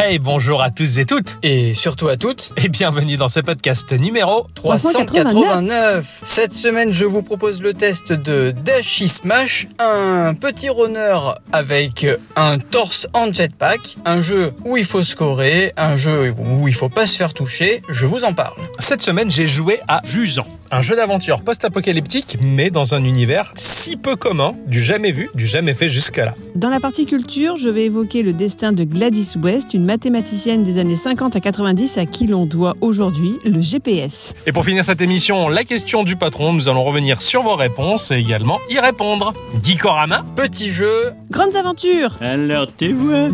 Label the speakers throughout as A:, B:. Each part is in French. A: Hey, bonjour à tous et toutes
B: Et surtout à toutes,
A: et bienvenue dans ce podcast numéro
B: 389 Cette semaine, je vous propose le test de Dashi Smash, un petit runner avec un torse en jetpack, un jeu où il faut scorer, un jeu où il faut pas se faire toucher, je vous en parle.
A: Cette semaine, j'ai joué à Jusant, un jeu d'aventure post-apocalyptique, mais dans un univers si peu commun, du jamais vu, du jamais fait jusque-là.
C: Dans la partie culture, je vais évoquer le destin de Gladys West, une mathématicienne des années 50 à 90 à qui l'on doit aujourd'hui le GPS.
A: Et pour finir cette émission, la question du patron, nous allons revenir sur vos réponses et également y répondre. Geekorama
B: Petit jeu,
C: Grandes aventures
D: Alors tu vois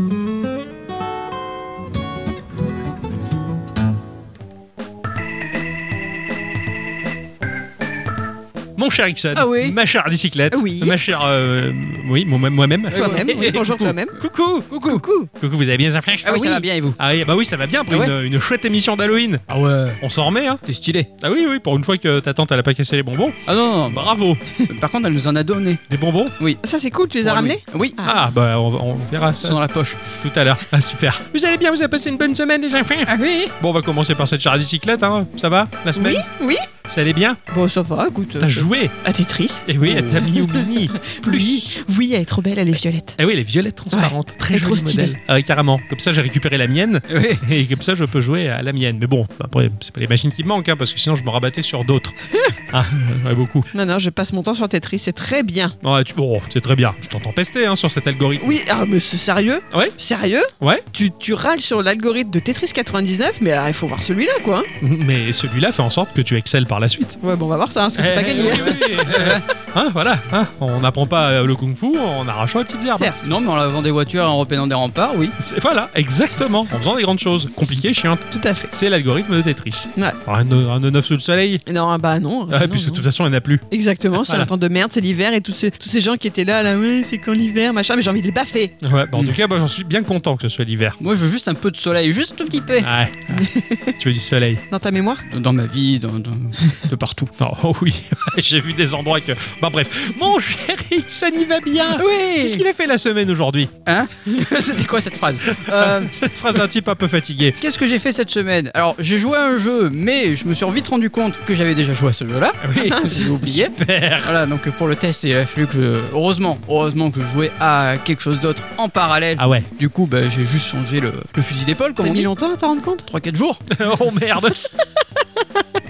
E: Mon cher Ixon,
F: Ah oui.
E: ma chère bicyclette,
F: Oui.
E: ma chère, euh, oui, moi-même, moi-même.
F: Toi-même, oui, bonjour toi-même.
E: Coucou,
F: Coucou. Coucou.
E: coucou, vous avez bien fait
F: Ah oui, ça va bien et vous
E: Ah oui, bah oui, ça va bien après
F: Ah ouais
E: une, une chouette émission d'Halloween. Ah ouais, on s'en remet, hein
F: T'es stylé.
E: Ah oui, oui, pour une fois que ta tante elle a pas cassé les bonbons.
F: Ah non, non, non.
E: Bravo,
F: Par contre, elle nous en a donné.
E: des bonbons.
C: Ça c'est cool, tu les as
F: Pour
C: ramenés
F: Halloween. Oui.
E: Ah bah on, on verra
F: Ils
E: ça
F: sont dans la poche.
E: tout à l'heure. Ah super. Vous allez bien, vous avez passé une bonne semaine les enfants
F: Ah oui
E: Bon, on va commencer par cette chère bicyclette, hein. Ça va la semaine
C: Oui, oui.
E: Ça allait bien
C: Bon, ça va, écoute.
E: T'as joué
C: À Tetris
E: Eh oui, à ta Miou Mini.
C: Plus. Oui, elle est trop belle, elle est violette.
E: Eh oui, elle est violette transparente, très
C: elle est trop
E: joli
C: stylée.
E: modèle. Ah oui, carrément. Comme ça, j'ai récupéré la mienne.
F: Oui.
E: Et comme ça, je peux jouer à la mienne. Mais bon, après, c'est pas les machines qui me manquent, hein, parce que sinon, je me rabattais sur d'autres. ah, j'en ai beaucoup.
C: Non, non, je passe mon temps sur Tetris, c'est très bien.
E: Ouais, tu... Bon, c'est très bien. Je t'entends pester hein, sur cet algorithme.
C: Oui, ah, mais c'est sérieux
E: Ouais.
C: Sérieux
E: Ouais.
C: tu, tu râles sur l'algorithme de Tetris 99, mais ah, il faut voir celui-là, quoi. hein.
E: Mais celui-là fait en sorte que tu excelles par la suite.
C: Ouais, bon, on va voir ça, hein, parce que c'est pas
E: Eh,
C: gagné.
E: oui, oui, euh, hein, voilà. hein, on n'apprend pas euh, le kung-fu en arrachant les petites herbes.
F: Certes. Non, mais en lavant des voitures, en repénant des remparts, oui.
E: C'est- Voilà, exactement. En faisant des grandes choses. Compliquées, chiantes.
C: Tout à fait.
E: C'est l'algorithme de Tetris.
C: Ouais.
E: Un, un neuf sous le soleil.
C: Non, bah non.
E: Ah,
C: non,
E: puisque de
C: non.
E: toute façon, il n'y en a plus.
C: Exactement, c'est
E: Voilà.
C: un temps de merde, c'est l'hiver et tous ces, tous ces gens qui étaient là, là, ouais, c'est quand l'hiver, machin, mais j'ai envie de les baffer.
E: Ouais, bah en
F: Mm.
E: tout cas, moi j'en suis bien content que ce soit l'hiver.
F: Moi, je veux juste un peu de soleil, juste un tout petit peu.
E: Ouais. tu veux du soleil
C: Dans ta mémoire
F: Dans ma vie, dans, dans- de partout.
E: Oh, oh oui, j'ai vu des endroits que. Bah bref, mon cher Ixon, il va bien Qu'est-ce
F: Oui
E: qu'il a fait la semaine aujourd'hui
F: C'était quoi cette phrase Euh,
E: Cette phrase d'un type un peu fatigué.
F: Qu'est-ce que j'ai fait cette semaine Alors, j'ai joué à un jeu, mais je me suis vite rendu compte que j'avais déjà joué à ce jeu-là.
E: Ah Oui,
F: J'ai oublié.
E: super
F: Voilà, donc pour le test, il a fallu que je... Heureusement, heureusement que je jouais à quelque chose d'autre en parallèle.
E: Ah ouais.
F: Du coup, bah, j'ai juste changé le, le fusil d'épaule, comme
C: T'as
F: on
C: mis
F: dit.
C: longtemps à t'en rendre compte
F: 3-4 jours.
E: Oh merde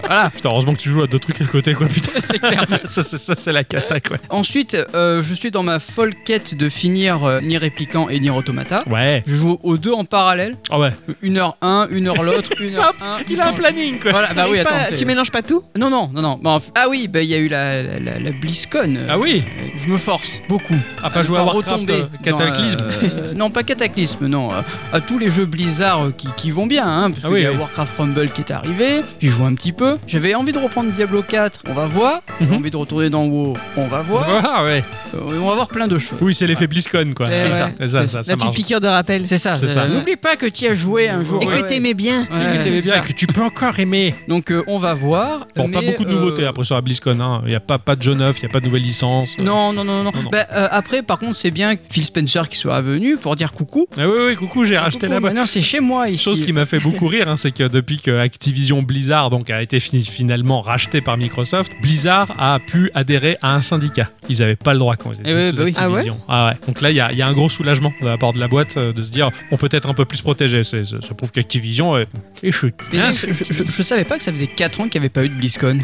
F: voilà,
E: Putain, heureusement que tu joues à d'autres trucs à côté, quoi, putain.
F: c'est clair.
E: Ça, c'est- ça, c'est la cata, quoi.
F: Ensuite, euh, je suis dans ma folle quête de finir euh, Nier Replicant et Nier Automata.
E: Ouais.
F: Je joue aux deux en parallèle.
E: Ah ouais.
F: 1h1, 1h l'autre, 1h1.
E: Simple. Il a un planning, quoi.
F: Voilà, bah oui,
C: T'arrives pas-
F: attends. c'est-
C: tu mélanges pas tout
F: Non, non, non, non. Bah, en f- Ah oui, bah il y a eu la, la, la- la BlizzCon.
E: Ah oui
F: Euh, Je me force beaucoup.
E: Ah, pas jouer à Warcraft,
F: retomber
E: euh, Cataclysme
F: dans, euh, non, pas Cataclysme, non. euh, à tous les jeux Blizzard euh, qui, qui vont bien, hein, parce
E: Ah
F: qu'il
E: oui,
F: y a
E: oui.
F: Warcraft Rumble qui est arrivé, j'y joue un petit peu. J'avais envie de reprendre Diablo 4, on va voir. J'ai
E: Mhm.
F: envie de retourner dans WoW, on va voir.
E: Ah ouais.
F: Euh, on va voir plein de choses.
E: Oui, c'est l'effet BlizzCon, quoi.
F: Eh
E: C'est
F: ouais.
E: ça. C'est ça, ça, ça
C: La petite
E: marche.
C: piqûre de rappel.
F: C'est ça,
E: C'est
F: c'est
E: ça. Euh,
F: ça. N'oublie pas que tu y as joué un jour.
C: Et
F: Ouais,
C: que
F: ouais.
C: t'aimais bien.
F: Ouais,
E: Et que t'aimais
F: c'est
E: bien,
F: ça.
E: que tu peux encore aimer.
F: Donc euh, on va voir.
E: Bon, pas
F: mais,
E: beaucoup de
F: euh,
E: nouveautés après sur la BlizzCon. hein. Il n'y a pas, pas de jeu neuf, il n'y a pas de nouvelle licence.
F: Non, non, non, non.
E: Non, non.
F: Bah, euh, après, par contre, c'est bien que Phil Spencer qui soit venu pour dire coucou.
E: Ah oui, oui, coucou, j'ai racheté la
F: Coucou,
E: boîte.
F: maintenant, c'est chez moi ici.
E: Chose qui m'a fait beaucoup rire, hein, c'est que depuis que Activision Blizzard donc, a été fini- finalement racheté par Microsoft, Blizzard a pu adhérer à un syndicat. Ils n'avaient pas le droit quand ils étaient
F: Eh ouais,
E: sous
F: bah oui. Ah ouais
E: Activision. Ah ouais. Donc là, il y a, il y a un gros soulagement de la part de la boîte euh, de se dire on peut être un peu plus protégé. C'est- Ça, ça prouve qu'Activision euh, est chute.
F: Déjà, je, je- je savais pas que ça faisait 4 ans qu'il n'y avait pas eu de BlizzCon.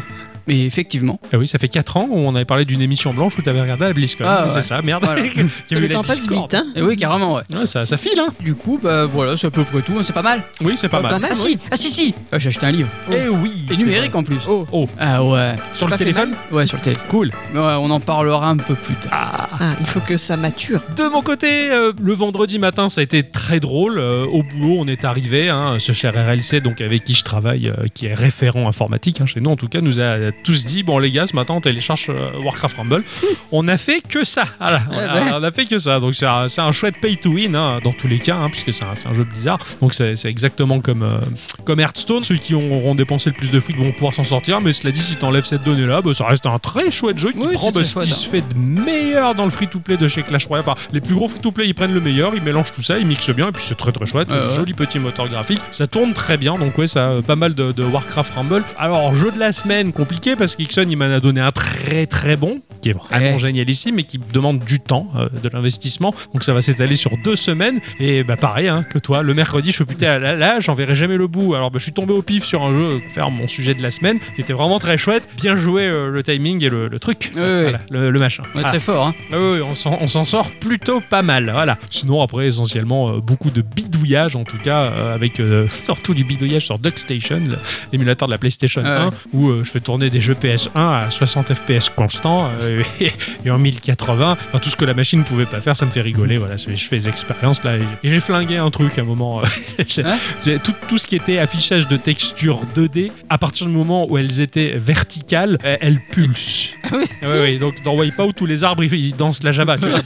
F: Mais effectivement.
E: Ah oui, ça fait 4 ans où on avait parlé d'une émission blanche où tu avais regardé la BlizzCon.
F: Ah ouais.
E: C'est ça, merde.
F: Voilà.
E: Il y a eu
C: Le
E: la
C: temps passe
E: discorde.
C: vite, hein
F: Et oui, carrément, ouais.
E: Eh Ouais, ça, ça file, hein
F: Du coup, bah voilà, c'est à peu près tout, hein, c'est pas mal.
E: Oui, c'est pas
C: Oh,
E: mal.
C: quand même,
F: ah,
C: oui.
F: si, ah si, si Ah, J'ai acheté un livre.
E: Eh oui
F: Et
E: c'est
F: numérique en plus.
E: vrai. Oh,
F: Ah ouais.
E: Sur le
F: Pas fait
E: téléphone
F: mal Ouais, sur le téléphone.
E: Cool
F: Mais ouais, on en parlera un peu plus tard.
C: Ah, il faut que ça mature.
E: De mon côté, euh, le vendredi matin, ça a été très drôle. Euh, au boulot, on est arrivé. hein, ce cher RLC, donc avec qui je travaille, euh, qui est référent informatique hein, chez nous, en tout cas, nous a tous dit bon les gars, ce matin, on télécharge euh, Warcraft Rumble. on a fait que ça. Voilà,
F: Eh
E: on, a,
F: ouais.
E: on a fait que ça. Donc c'est un, c'est un chouette pay to win hein, dans tous les cas, hein, puisque c'est un, c'est un jeu bizarre. Donc c'est c'est exactement comme euh, comme Hearthstone. Ceux qui auront dépensé le plus de fric vont pouvoir s'en sortir. Mais cela dit, si t'enlèves cette donnée-là, bah, ça reste un très chouette jeu qui
F: Oui,
E: prend
F: c'est
E: bah,
F: très
E: ce qui
F: chouette,
E: se fait de meilleur dans le le free-to-play de chez Clash Royale. Enfin, les plus gros free-to-play, ils prennent le meilleur, ils mélangent tout ça, ils mixent bien, et puis c'est très très chouette.
F: Ouais, ouais.
E: Joli petit moteur graphique. Ça tourne très bien, donc ouais, ça a pas mal de, de Warcraft Rumble. Alors, jeu de la semaine, compliqué, parce qu'Ixon, il m'en a donné un très très bon, qui est vraiment
F: Ouais.
E: génial ici, mais qui demande du temps, euh, de l'investissement. Donc ça va s'étaler sur deux semaines. Et bah pareil hein, que toi, le mercredi, je fais putain, là, là j'en verrai jamais le bout. Alors bah, je suis tombé au pif sur un jeu, pour faire mon sujet de la semaine, qui était vraiment très chouette. Bien joué euh, le timing et le, le truc.
F: Ouais, ouais.
E: Voilà, le, le machin.
F: On est
E: Ah.
F: très fort, hein.
E: Ah oui, oui, on s'en on s'en sort plutôt pas mal. Voilà. Sinon, après, essentiellement, euh, beaucoup de bidouillage, en tout cas, euh, avec euh, surtout du bidouillage sur Duckstation, le- l'émulateur de la PlayStation
F: Ah Ouais.
E: 1, où euh, je fais tourner des jeux PS1 à 60 FPS constant euh, et, et en 1080. Enfin, tout ce que la machine pouvait pas faire, ça me fait rigoler. Voilà, c'est- je fais des expériences là. Et j'ai flingué un truc à un moment. euh, j'ai-
F: Hein
E: j'ai- tout, tout ce qui était affichage de textures 2D, à partir du moment où elles étaient verticales, euh, elles pulsent. Oui, oui, donc dans Wipeout, tous les arbres, ils- ils dansent la Java. tu vois.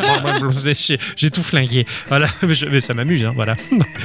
E: J'ai j'ai tout flingué. Voilà, mais, je- mais ça m'amuse, hein, voilà.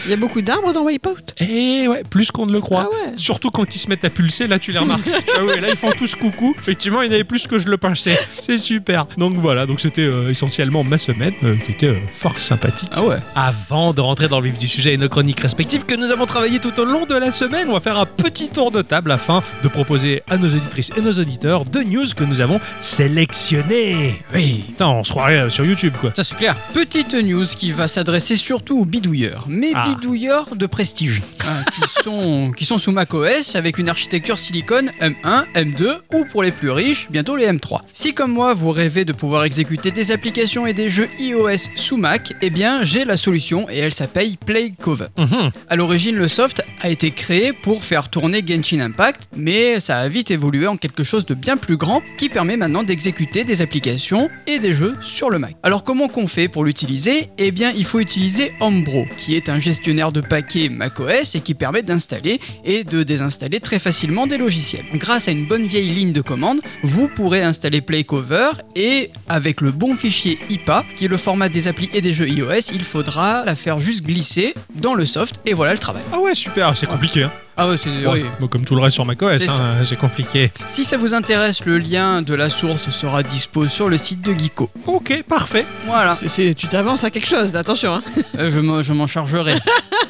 C: Il y a beaucoup d'arbres dans Wipeout.
E: Et ouais, plus qu'on ne le croit.
C: Ah ouais.
E: Surtout quand ils se mettent à pulser, là tu les remarques. tu vois, ouais, là ils font tous coucou. Effectivement, il y en avait plus que je le pensais. C'est super. Donc voilà, donc c'était euh, essentiellement ma semaine euh, qui était euh, fort sympathique
F: Ah ouais.
E: avant de rentrer dans le vif du sujet et nos chroniques respectives que nous avons travaillé tout au long de la semaine, on va faire un petit tour de table afin de proposer à nos auditrices et nos auditeurs deux news que nous avons sélectionnées.
F: Oui.
E: Putain, on se croirait euh, sur YouTube quoi.
F: Ça c'est clair. Petite news qui va s'adresser surtout aux bidouilleurs, mais
E: Ah.
F: bidouilleurs de prestige, hein, qui, sont, qui sont sous macOS avec une architecture silicone M1, M2 ou pour les plus riches, bientôt les M3. Si comme moi vous rêvez de pouvoir exécuter des applications et des jeux iOS sous Mac, eh bien j'ai la solution et elle s'appelle PlayCover.
E: Mhm.
F: À l'origine, le soft a été créé pour faire tourner Genshin Impact, mais ça a vite évolué en quelque chose de bien plus grand qui permet maintenant d'exécuter des applications et des jeux sur le Mac. Alors comment qu'on fait pour l'utiliser Eh bien, il faut utiliser Ombro, qui est un gestionnaire de paquets macOS et qui permet d'installer et de désinstaller très facilement des logiciels. Grâce à une bonne vieille ligne de commande, vous pourrez installer PlayCover et avec le bon fichier IPA, qui est le format des applis et des jeux iOS, il faudra la faire juste glisser dans le soft et voilà le travail.
E: Ah ouais, super, Ah, c'est compliqué. Hein.
F: Ah ouais, c'est
E: Ouais,
F: oui.
E: bon, comme tout le reste sur macOS,
F: C'est ça.
E: hein, c'est compliqué.
F: Si ça vous intéresse, le lien de la source sera dispo sur le site de Geeko.
E: Ok, parfait.
F: Voilà,
C: C'est- c'est- tu t'avances à quelque chose, là, attention. hein.
F: Euh, je m'en je m'en chargerai.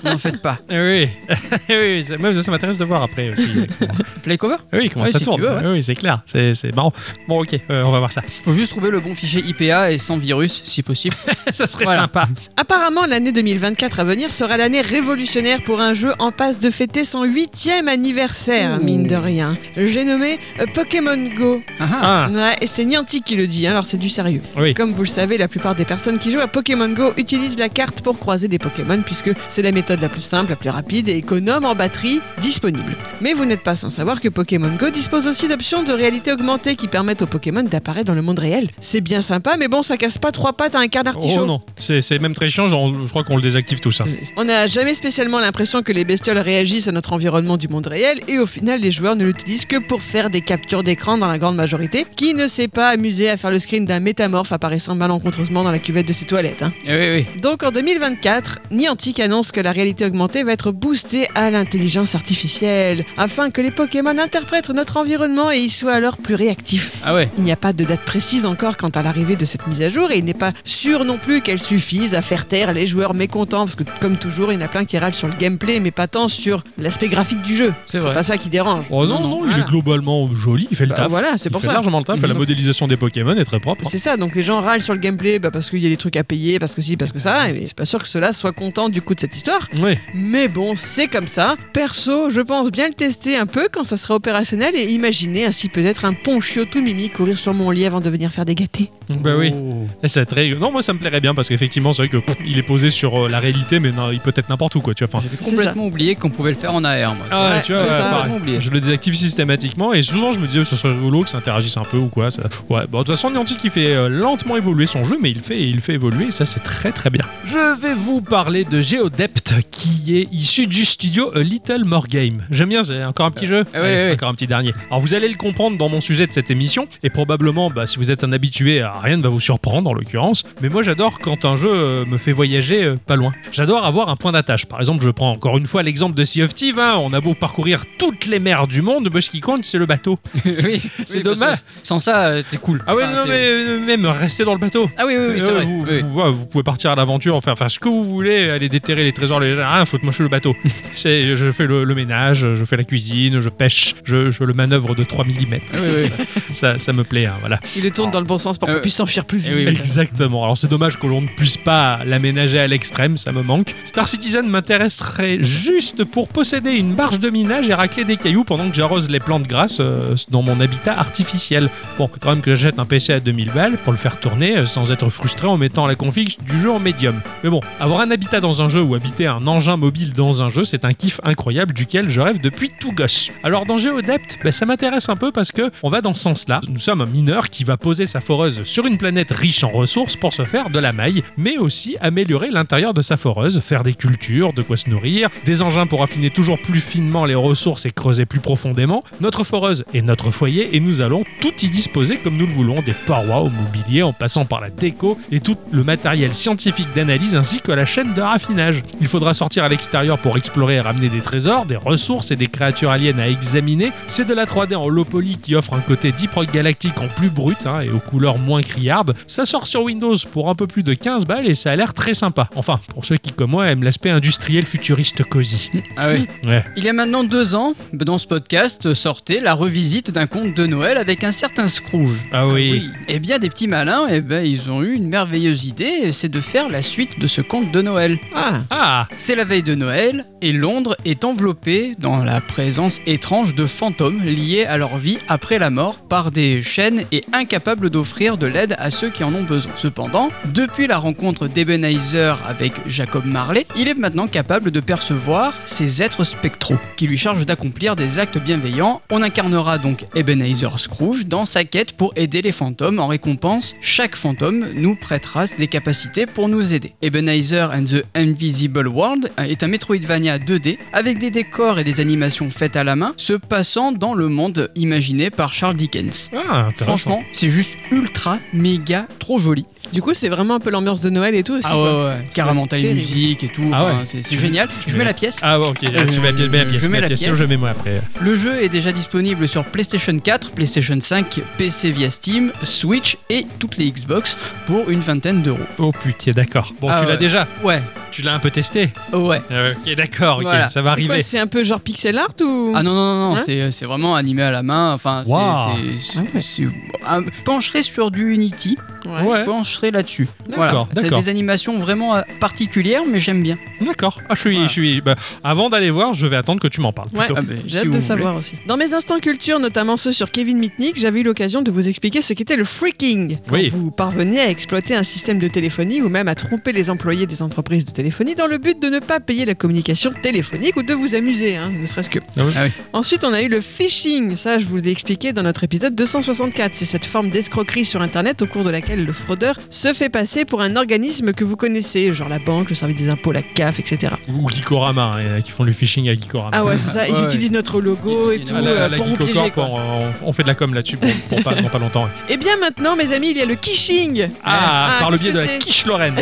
F: N'en faites pas.
E: Eh Oui, Eh oui ça, même ça m'intéresse de voir après aussi. euh, comment-
F: PlayCover
E: Eh oui, comment
F: Ouais,
E: ça
F: si
E: tourne.
F: tu veux, ouais.
E: Eh Oui, c'est clair, c'est c'est marrant. Bon, ok, euh, on va voir ça.
F: Faut juste trouver le bon fichier IPA et sans virus, si possible.
E: ça serait
F: Voilà.
E: sympa.
C: Apparemment, l'année 2024 à venir sera l'année révolutionnaire pour un jeu en passe de fêter son huitième anniversaire, mine de rien. J'ai nommé euh, Pokémon Go.
F: Ah,
E: Ah,
C: Ouais, et c'est Niantic qui le dit, hein, alors c'est du sérieux.
E: oui.
C: Comme vous le savez, la plupart des personnes qui jouent à Pokémon Go utilisent la carte pour croiser des Pokémon puisque c'est la méthode la plus simple, la plus rapide et économe en batterie disponible. Mais vous n'êtes pas sans savoir que Pokémon Go dispose aussi d'options de réalité augmentée qui permettent aux Pokémon d'apparaître dans le monde réel. C'est bien sympa, mais bon, ça casse pas trois pattes à un quart d'artichaut.
E: Oh non, c'est c'est même très chiant, genre, je crois qu'on le désactive tout ça.
C: On n'a jamais spécialement l'impression que les bestioles réagissent à notre environnement du monde réel et au final les joueurs ne l'utilisent que pour faire des captures d'écran dans la grande majorité qui ne s'est pas amusé à faire le screen d'un métamorphe apparaissant malencontreusement dans la cuvette de ses toilettes. hein.
F: Eh oui, oui.
C: Donc en 2024, Niantic annonce que la réalité augmentée va être boostée à l'intelligence artificielle afin que les Pokémon interprètent notre environnement et y soient alors plus réactifs.
F: Ah ouais.
C: Il n'y a pas de date précise encore quant à l'arrivée de cette mise à jour et il n'est pas sûr non plus qu'elle suffise à faire taire les joueurs mécontents parce que comme toujours il y en a plein qui râlent sur le gameplay mais pas tant sur l'aspect graphique du jeu.
F: C'est
C: C'est
F: vrai.
C: pas ça qui dérange.
E: Oh non, non, il
C: Voilà.
E: est globalement joli, il fait le
C: Bah,
E: taf.
C: voilà, c'est
E: Il
C: pour
E: fait
C: ça.
E: largement le taf, et la modélisation des Pokémon est très propre. hein.
C: C'est ça, donc les gens râlent sur le gameplay bah, parce qu'il y a des trucs à payer, parce que si, parce que ça, et c'est pas sûr que ceux-là soient contents du coup de cette histoire.
E: Oui,
C: Mais bon, c'est comme ça. Perso, je pense bien le tester un peu quand ça sera opérationnel et imaginer ainsi peut-être un ponchio tout mimi courir sur mon lit avant de venir faire des gâtés.
E: bah oui.
F: Oh.
E: Et C'est très... Non, moi ça me plairait bien parce qu'effectivement, c'est vrai que pff, il est posé sur euh, la réalité, mais non, il peut être n'importe où quoi, tu vois. Enfin,
F: J'avais
C: ça.
F: complètement oublié qu'on pouvait le faire en AR, moi.
E: ah,
C: Ouais,
E: tu vois,
C: c'est ça.
E: pareil.
F: Complètement oublié.
E: je le désactive systématiquement et souvent je me dis oh, ce serait rigolo que ça interagisse un peu ou quoi. Ça... Ouais, bon, de toute façon, Niantic il fait euh, lentement évoluer son jeu, mais il fait, il fait évoluer et ça c'est très très bien. Je vais vous parler de Geodept, Impact qui est issu du studio A Little More Game. J'aime bien, c'est encore un petit jeu.
F: Ah oui, oui, oui.
E: Encore un petit dernier. Alors vous allez le comprendre dans mon sujet de cette émission et probablement bah, si vous êtes un habitué, euh, rien ne va vous surprendre en l'occurrence. Mais moi j'adore quand un jeu euh, me fait voyager euh, pas loin. J'adore avoir un point d'attache. Par exemple, je prends encore une fois l'exemple de Sea of Thieves. hein. On a beau parcourir toutes les mers du monde, mais ce qui compte c'est le bateau.
F: oui,
E: C'est
F: oui, parce
E: dommage.
F: que Sans ça, euh, t'es cool.
E: Ah ouais,
F: Enfin,
E: non
F: c'est-
E: mais euh, même rester dans le bateau.
F: Ah oui, oui, oui, c'est
E: Euh,
F: vrai.
E: Vous,
F: Oui, oui.
E: vous- ouais, vous pouvez partir à l'aventure, enfin faire ce que vous voulez, aller déterrer les trésors, les ah, faut te mâcher le bateau. C'est, je fais le, le ménage, je fais la cuisine, je pêche, je, je le manœuvre de 3 mm.
F: Ah
E: ça, ça me plaît, hein, voilà.
C: Il le tourne dans le bon sens pour qu'on
F: Euh,
C: puisse s'enfuir plus
F: eh oui,
C: vite.
E: Exactement. Alors c'est dommage que l'on ne puisse pas l'aménager à l'extrême, ça me manque. Star Citizen m'intéresserait juste pour posséder une barge de minage et racler des cailloux pendant que j'arrose les plantes grasses euh, dans mon habitat artificiel. Bon, quand même que j'achète un PC à 2000 balles pour le faire tourner euh, sans être frustré en mettant la config du jeu en médium. Mais bon, avoir un habitat dans un jeu ou habiter un engin mobile dans un jeu, c'est un kiff incroyable duquel je rêve depuis tout gosse. Alors dans Geodept, bah, ça m'intéresse un peu parce que on va dans ce sens-là. Nous sommes un mineur qui va poser sa foreuse sur une planète riche en ressources pour se faire de la maille, mais aussi améliorer l'intérieur de sa foreuse, faire des cultures, de quoi se nourrir, des engins pour affiner toujours plus finement les ressources et creuser plus profondément. Notre foreuse est notre foyer et nous allons tout y disposer comme nous le voulons, des parois au mobilier en passant par la déco et tout le matériel scientifique d'analyse ainsi que la chaîne de raffinage. Il faudra sortir à l'extérieur pour explorer et ramener des trésors, des ressources et des créatures aliens à examiner. C'est de la 3D en low poly qui offre un côté Deep Rock Galactic en plus brut hein, et aux couleurs moins criardes. Ça sort sur Windows pour un peu plus de 15 balles et ça a l'air très sympa. Enfin, pour ceux qui comme moi aiment l'aspect industriel futuriste cosy.
F: Ah oui.
E: Ouais.
F: Il y a maintenant deux ans, dans ce podcast, euh, sortait la revisite d'un conte de Noël avec un certain Scrooge.
E: Ah oui.
F: Eh bien, des petits malins, eh ben, ils ont eu une merveilleuse idée, c'est de faire la suite de ce conte de Noël.
C: Ah,
E: Ah
F: C'est la veille de Noël, et Londres est enveloppée dans la présence étrange de fantômes liés à leur vie après la mort par des chaînes et incapables d'offrir de l'aide à ceux qui en ont besoin. Cependant, depuis la rencontre d'Ebenezer avec Jacob Marley, il est maintenant capable de percevoir ces êtres spectraux qui lui chargent d'accomplir des actes bienveillants. On incarnera donc Ebenezer Scrooge dans sa quête pour aider les fantômes. En récompense, chaque fantôme nous prêtera des capacités pour nous aider. Ebenezer and the Invisible World est un Metroidvania 2D avec des décors et des animations faites à la main, se passant dans le monde imaginé par Charles Dickens.
E: Ah, intéressant.
F: Franchement, c'est juste ultra, méga, trop joli.
C: du coup, c'est vraiment un peu l'ambiance de Noël et tout aussi.
F: Ah
C: quoi.
F: ouais, ouais, carrément, t'as les
C: terrible.
F: musiques et tout,
E: Ah
F: enfin,
E: ouais.
F: c'est c'est génial. Je mets la pièce.
E: Ah ouais, ok, je mets la pièce, je mets la pièce, je mets la pièce, je mets moi après.
F: Le jeu est déjà disponible sur PlayStation 4, PlayStation 5, PC via Steam, Switch et toutes les Xbox pour une vingtaine d'euros.
E: Oh putain, d'accord. Bon,
F: Ah
E: tu l'as
F: ouais.
E: déjà,
F: Ouais, oh
E: tu l'as un peu testé.
F: ouais.
E: Euh, Ok, d'accord, ok,
F: Voilà.
E: ça va
C: C'est quoi,
E: arriver.
C: C'est un peu genre pixel art ou
F: Ah non, non, non, non,
C: Hein
F: c'est- c'est vraiment animé à la main. Enfin, c'est-
E: Waouh.
F: c'est- c'est.
C: Ah ouais.
F: c'est- ah, Je pencherai sur du Unity,
C: Ouais.
E: Ouais.
F: je pencherai là-dessus.
E: D'accord,
F: Voilà. T'as
E: d'accord.
F: des animations vraiment euh, particulières, mais j'aime bien.
E: D'accord. Ah, je suis, je suis. bah, avant d'aller voir, je vais attendre que tu m'en parles.
C: Ouais. euh,
E: plutôt.
F: Ah, ben, si
C: J'ai hâte
F: vous
C: de
F: voulez.
C: savoir aussi. Dans mes instants culture, notamment ceux sur Kevin Mitnick, j'avais eu l'occasion de vous expliquer ce qu'était le freaking. Quand
E: Oui.
C: vous parvenez à exploiter un système de téléphonie ou même à tromper les employés des entreprises de téléphonie dans le but de ne pas payer la communication téléphonique ou de vous amuser, hein, ne serait-ce que.
E: Ah oui.
F: Ah oui.
C: Ensuite, on a eu le phishing. Ça, je vous l'ai expliqué dans notre épisode 264. C'est cette forme d'escroquerie sur Internet au cours de laquelle le fraudeur se fait passer pour un organisme que vous connaissez, genre la banque, le service des impôts, la CAF, etc.
E: Ou Gikorama, hein, qui font du phishing à Gikorama.
C: Ah ouais, c'est ça. Ils
F: Ouais, ouais.
C: utilisent notre logo et
F: Ah,
C: tout
E: Ah, la,
C: euh,
E: la
C: pour vous
E: Geekocorp,
C: piéger. quoi.
E: on, on- on fait de la com là-dessus pour, pour pas, dans pas longtemps. ouais.
C: Et bien maintenant, mes amis, il y a le kishing.
E: Ah,
C: Ah,
E: par le biais
C: qu'est-ce
E: de
C: que
E: la
C: c'est
E: quiche Lorraine.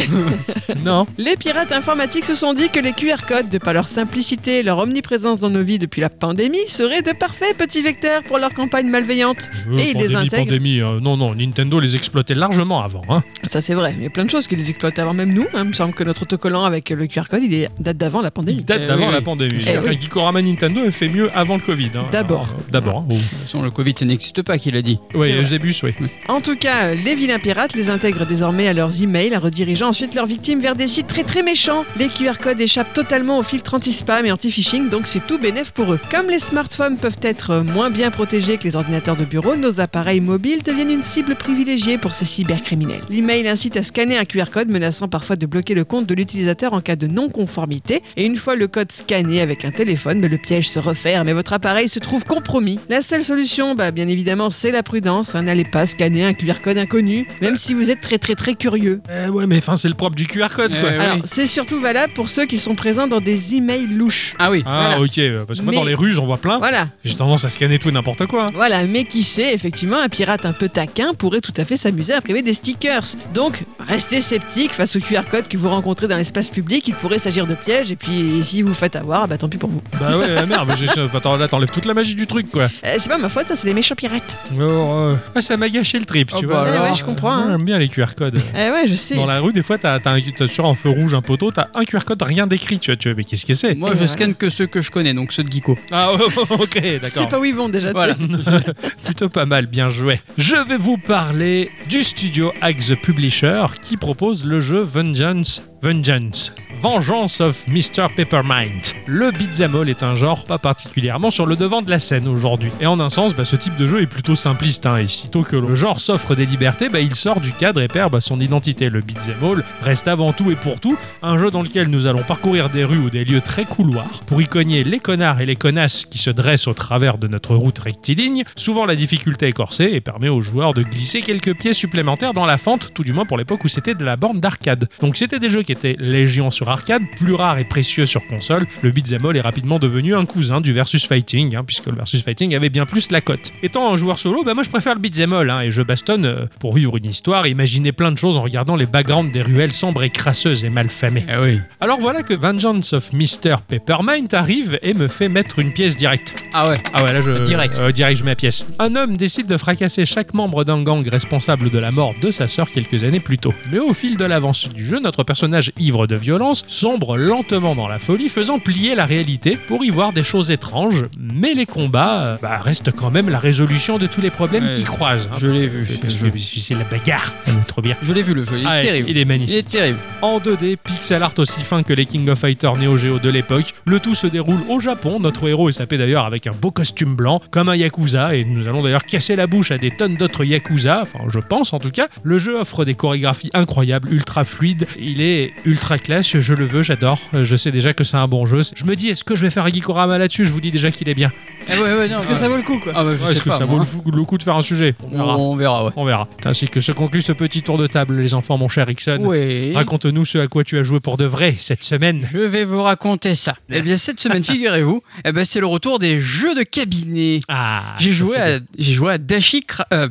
E: non.
C: Les pirates informatiques se sont dit que les QR codes, de par leur simplicité et leur omniprésence dans nos vies depuis la pandémie, seraient de parfaits petits vecteurs pour leur campagne malveillante.
E: Euh,
C: Et ils les
E: pandémie,
C: intègrent.
E: pandémie, euh, non, non, Nintendo les exploitait largement avant. hein.
C: Ça c'est vrai, il y a plein de choses qu'ils exploitent avant même nous. hein. Il me semble que notre autocollant avec le QR code, il est date d'avant la
E: Ils
C: pandémie.
E: datent
F: Eh
E: d'avant
F: oui,
E: la
F: oui.
E: pandémie.
C: Eh
E: Donc,
C: oui.
E: Geekorama Nintendo elle fait mieux avant le Covid. hein.
C: D'abord.
E: Euh, D'abord.
F: De toute façon, le Covid, ça n'existe pas, qu'il a dit.
E: Oui,
C: C'est vrai.
E: Eusebus, oui.
C: En tout cas, euh, les vilains pirates les intègrent désormais à leurs emails, en redirigeant ensuite leurs victimes vers des sites très très méchants. Les QR codes échappent totalement aux filtres anti-spam et anti-phishing, donc c'est tout bénef pour eux. Comme les smartphones peuvent être euh, moins bien protégés que les ordinateurs de bureau, nos appareils mobiles deviennent une cible privilégiée pour ces cybercriminels. L'immense mail incite à scanner un QR code menaçant parfois de bloquer le compte de l'utilisateur en cas de non-conformité. Et une fois le code scanné avec un téléphone, mais le piège se referme et votre appareil se trouve compromis. La seule solution, bah, bien évidemment, c'est la prudence. hein. N'allez pas scanner un QR code inconnu, même si vous êtes très très très curieux.
E: Eh ouais, mais enfin, c'est le propre du QR code, quoi.
F: Eh oui.
C: Alors, c'est surtout valable pour ceux qui sont présents dans des emails louches.
F: Ah oui.
E: Ah,
C: voilà.
E: ok, euh, parce que moi, dans
C: Mais-
E: les rues, j'en vois plein.
C: Voilà,
E: J'ai tendance à scanner tout et n'importe quoi. hein.
C: Voilà, mais qui sait, effectivement, un pirate un peu taquin pourrait tout à fait s'amuser à imprimer des stickers. Donc, restez sceptique face aux QR codes que vous rencontrez dans l'espace public, il pourrait s'agir de pièges, et puis si vous faites avoir, bah tant pis pour vous.
E: Bah ouais, la merde, j'ai- enfin, t'en- là, t'enlèves toute la magie du truc, quoi.
C: Euh, c'est pas ma faute, hein, c'est les méchants pirates.
E: Alors, euh, ah, ça m'a gâché le trip,
F: Oh
E: tu
F: bah
E: vois.
F: Ouais, alors. ouais,
C: je comprends, hein.
E: J'aime bien les QR codes.
C: Eh ouais, je sais.
E: Dans la rue, des fois, t'as t'as un- t'as sur un feu rouge, un poteau, t'as un QR code, rien d'écrit, tu vois. Tu vois mais qu'est-ce que c'est
F: Moi, je scanne que ceux que je connais, donc ceux de Geeko.
E: Ah, oh, ok,
C: C'est
E: d'accord.
C: pas où ils vont déjà. tu
E: Voilà,
C: sais.
E: plutôt pas mal, bien joué. Je vais vous parler du studio Axe Publisher qui propose le jeu Vengeance, Vengeance, Vengeance of Mr. Peppermint. Le beat'em all est un genre pas particulièrement sur le devant de la scène aujourd'hui. Et en un sens, bah, ce type de jeu est plutôt simpliste. hein, et sitôt que le genre s'offre des libertés, bah, il sort du cadre et perd bah, son identité. Le beat'em all reste avant tout et pour tout un jeu dans lequel nous allons parcourir des rues ou des lieux très couloirs pour y cogner les connards et les connasses qui se dressent au travers de notre route rectiligne. Souvent, la difficulté est corsée et permet aux joueurs de glisser quelques pieds supplémentaires dans la fente, tout du moins pour l'époque où c'était de la borne d'arcade. Donc, c'était des jeux qui étaient légion sur arcade, plus rares et précieux sur console. Le beat'em all est rapidement devenu un cousin du versus fighting, hein, puisque le versus fighting avait bien plus la cote. Étant un joueur solo, bah, moi je préfère le beat'em all hein, et je bastonne euh, pour vivre une histoire, et imaginer plein de choses en regardant les backgrounds des ruelles sombres et crasseuses et mal famées.
F: Ah oui.
E: Alors voilà que Vengeance of Mr. Peppermint arrive et me fait mettre une pièce directe.
F: Ah ouais.
E: Ah ouais, là je.
F: Direct.
E: euh, direct, je mets la pièce. Un homme décide de fracasser chaque membre d'un gang responsable de la mort de sa sœur quelques années plus tôt. Mais au fil de l'avance du jeu, notre personnage ivre de violence sombre lentement dans la folie, faisant plier la réalité pour y voir des choses étranges. Mais les combats euh, bah, restent quand même la résolution de tous les problèmes
F: Ouais,
E: qui croisent. hein.
F: Je l'ai vu.
E: Parce que c'est la bagarre. Trop bien.
F: Je l'ai vu le jeu. Il est
E: Ah,
F: terrible.
E: Il est magnifique
F: Il est terrible.
E: en 2D, pixel art aussi fin que les King of Fighters Neo Geo de l'époque. Le tout se déroule au Japon. Notre héros est sapé d'ailleurs avec un beau costume blanc, comme un yakuza, et nous allons d'ailleurs casser la bouche à des tonnes d'autres yakuza. Enfin, je pense en tout cas. Le jeu offre des chorégraphies incroyables, ultra fluides. Il est ultra classe. Je le veux, j'adore. Euh, Je sais déjà que c'est un bon jeu. Je me dis, est-ce que je vais faire un Gikorama là-dessus Je vous dis déjà qu'il est bien.
F: Ah ouais, ouais, non.
C: Est-ce que ça vaut le coup, quoi
F: Ah bah, je
E: Ouais,
F: sais
E: Est-ce que
F: pas.
E: ça vaut
F: moi.
E: le fou- le coup de faire un sujet On verra.
F: On verra, ouais.
E: On verra. C'est Ainsi que se conclut ce petit tour de table, les enfants, mon cher Ixon.
F: Oui.
E: Raconte-nous ce à quoi tu as joué pour de vrai cette semaine.
F: Je vais vous raconter ça. Eh bien, cette semaine, figurez-vous, eh ben, c'est le retour des jeux de cabinet.
E: Ah,
F: J'ai
E: ça,
F: joué,
E: c'est
F: à, j'ai joué à Dashi Cra- euh,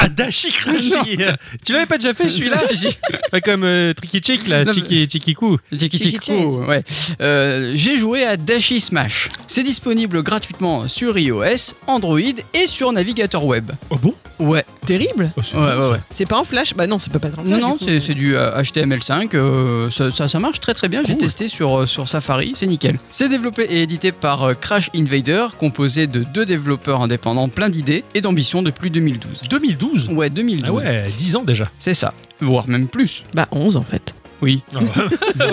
E: Ah, Dashi Crunchy. Tu l'avais pas déjà fait celui-là
F: Si, si.
E: Pas Comme euh, Tricky Chick là,
F: Non, mais-
E: Tiki Tikiku.
F: Tiki
C: Tiki
F: Tiki Kou, ouais. Euh, J'ai joué à Dashi Smash. C'est disponible gratuitement sur iOS, Android et sur navigateur web.
E: Oh bon Oh,
F: Ouais,
C: Terrible
F: ouais, ouais. ouais.
C: C'est pas en flash Bah non, ça peut pas être en flash.
F: Non,
C: du
F: non,
C: coup.
F: c'est c'est du euh, HTML5. euh, ça, ça- ça marche très très bien. J'ai
E: Cool.
F: testé sur, euh, sur Safari, c'est nickel. C'est développé et édité par euh, Crash Invader, composé de deux développeurs indépendants plein d'idées et d'ambition depuis 2012.
E: 2012
F: Ouais, 2012.
E: Ah ouais, 10 ans déjà.
F: C'est ça, voire même plus.
C: Bah 11 en fait.
F: Oui.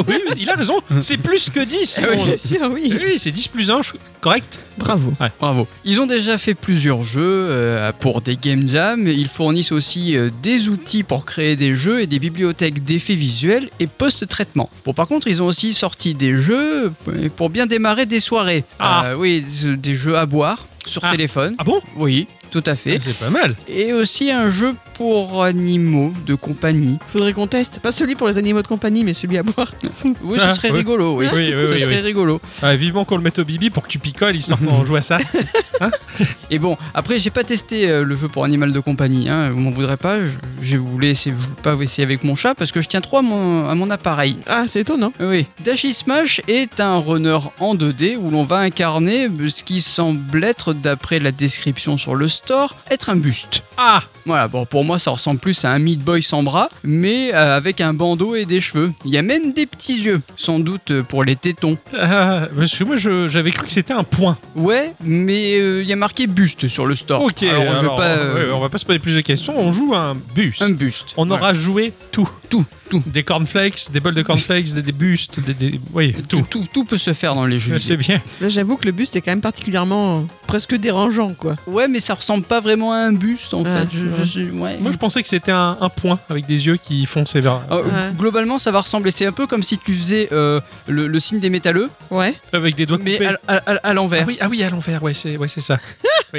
E: oui, il a raison, c'est plus que 10.
F: Ah oui.
E: onze.
C: Bien sûr, oui.
E: Oui, c'est 10 plus 1, correct
C: Bravo.
F: Bravo. Ils ont déjà fait plusieurs jeux euh, pour des game jams. Ils fournissent aussi euh, des outils pour créer des jeux et des bibliothèques d'effets visuels et post-traitement. Bon, par contre, ils ont aussi sorti des jeux euh, pour bien démarrer des soirées.
E: Ah.
F: Euh, oui, des- des jeux à boire sur
E: Ah.
F: téléphone.
E: Ah bon Ah,
F: Oui, tout à fait.
E: C'est pas mal.
F: Et aussi un jeu pour animaux de compagnie.
C: Faudrait qu'on teste. Pas celui pour les animaux de compagnie, mais celui à boire.
F: Oui, ce
E: Ah,
F: serait
E: oui.
F: rigolo. Oui.
E: Oui, oui,
F: Ce
E: oui,
F: serait
E: oui.
F: rigolo.
E: Ah, vivement qu'on le mette au bibi pour que tu picoles histoire qu'on joue à ça.
F: Et bon, après, j'ai pas testé euh, le jeu pour animal de compagnie, hein, vous m'en voudrez pas, je, je voulais essayer, je veux pas essayer avec mon chat parce que je tiens trop à mon, à mon appareil.
C: Ah, c'est étonnant.
F: Oui, Dashi Smash est un runner en 2D où l'on va incarner ce qui semble être, d'après la description sur le store, être un buste.
E: Ah
F: Voilà, bon, pour moi, ça ressemble plus à un Meat Boy sans bras, mais euh, avec un bandeau et des cheveux. Il y a même des petits yeux, sans doute euh, pour les tétons.
E: Ah, Parce que moi je- j'avais cru que c'était un point.
F: Ouais, mais euh, il y a marqué buste sur le store.
E: ok,
F: alors, je vais
E: alors,
F: pas. euh,
E: ouais, on va pas se poser plus de questions, on joue à un bus.
F: Un buste.
E: On
F: Voilà.
E: aura joué tout.
F: Tout, tout.
E: Des cornflakes, des bols de cornflakes, des, des bustes, des, des- Oui,
F: tout.
E: tout. Mmh.
F: Tout, tout peut se faire dans les jeux.
E: Je sais
F: vidéo.
E: bien.
C: Là, j'avoue que le buste est quand même particulièrement euh, presque dérangeant, quoi.
F: Ouais, mais ça ressemble pas vraiment à un buste en
C: Ah,
F: fait.
C: je-
F: je- je- ouais.
E: Moi, je pensais que c'était un, un point avec des yeux qui fonçaient vers.
F: Euh,
C: Ouais.
F: Globalement, ça va ressembler. C'est un peu comme si tu faisais euh, le, le signe des métalleux,
C: Ouais.
E: Avec des doigts
F: mais
E: coupés.
F: à, à- à- à l'envers.
E: Ah oui, ah oui, à l'envers, ouais, c'est ouais, c'est ça.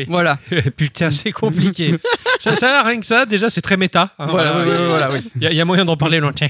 F: Voilà.
E: Putain, c'est compliqué. ça, ça, rien que ça, déjà, c'est très méta. hein,
F: Ah, Voilà, ouais, ouais, voilà, oui.
E: Il y, a- il y a moyen d'en parler longtemps.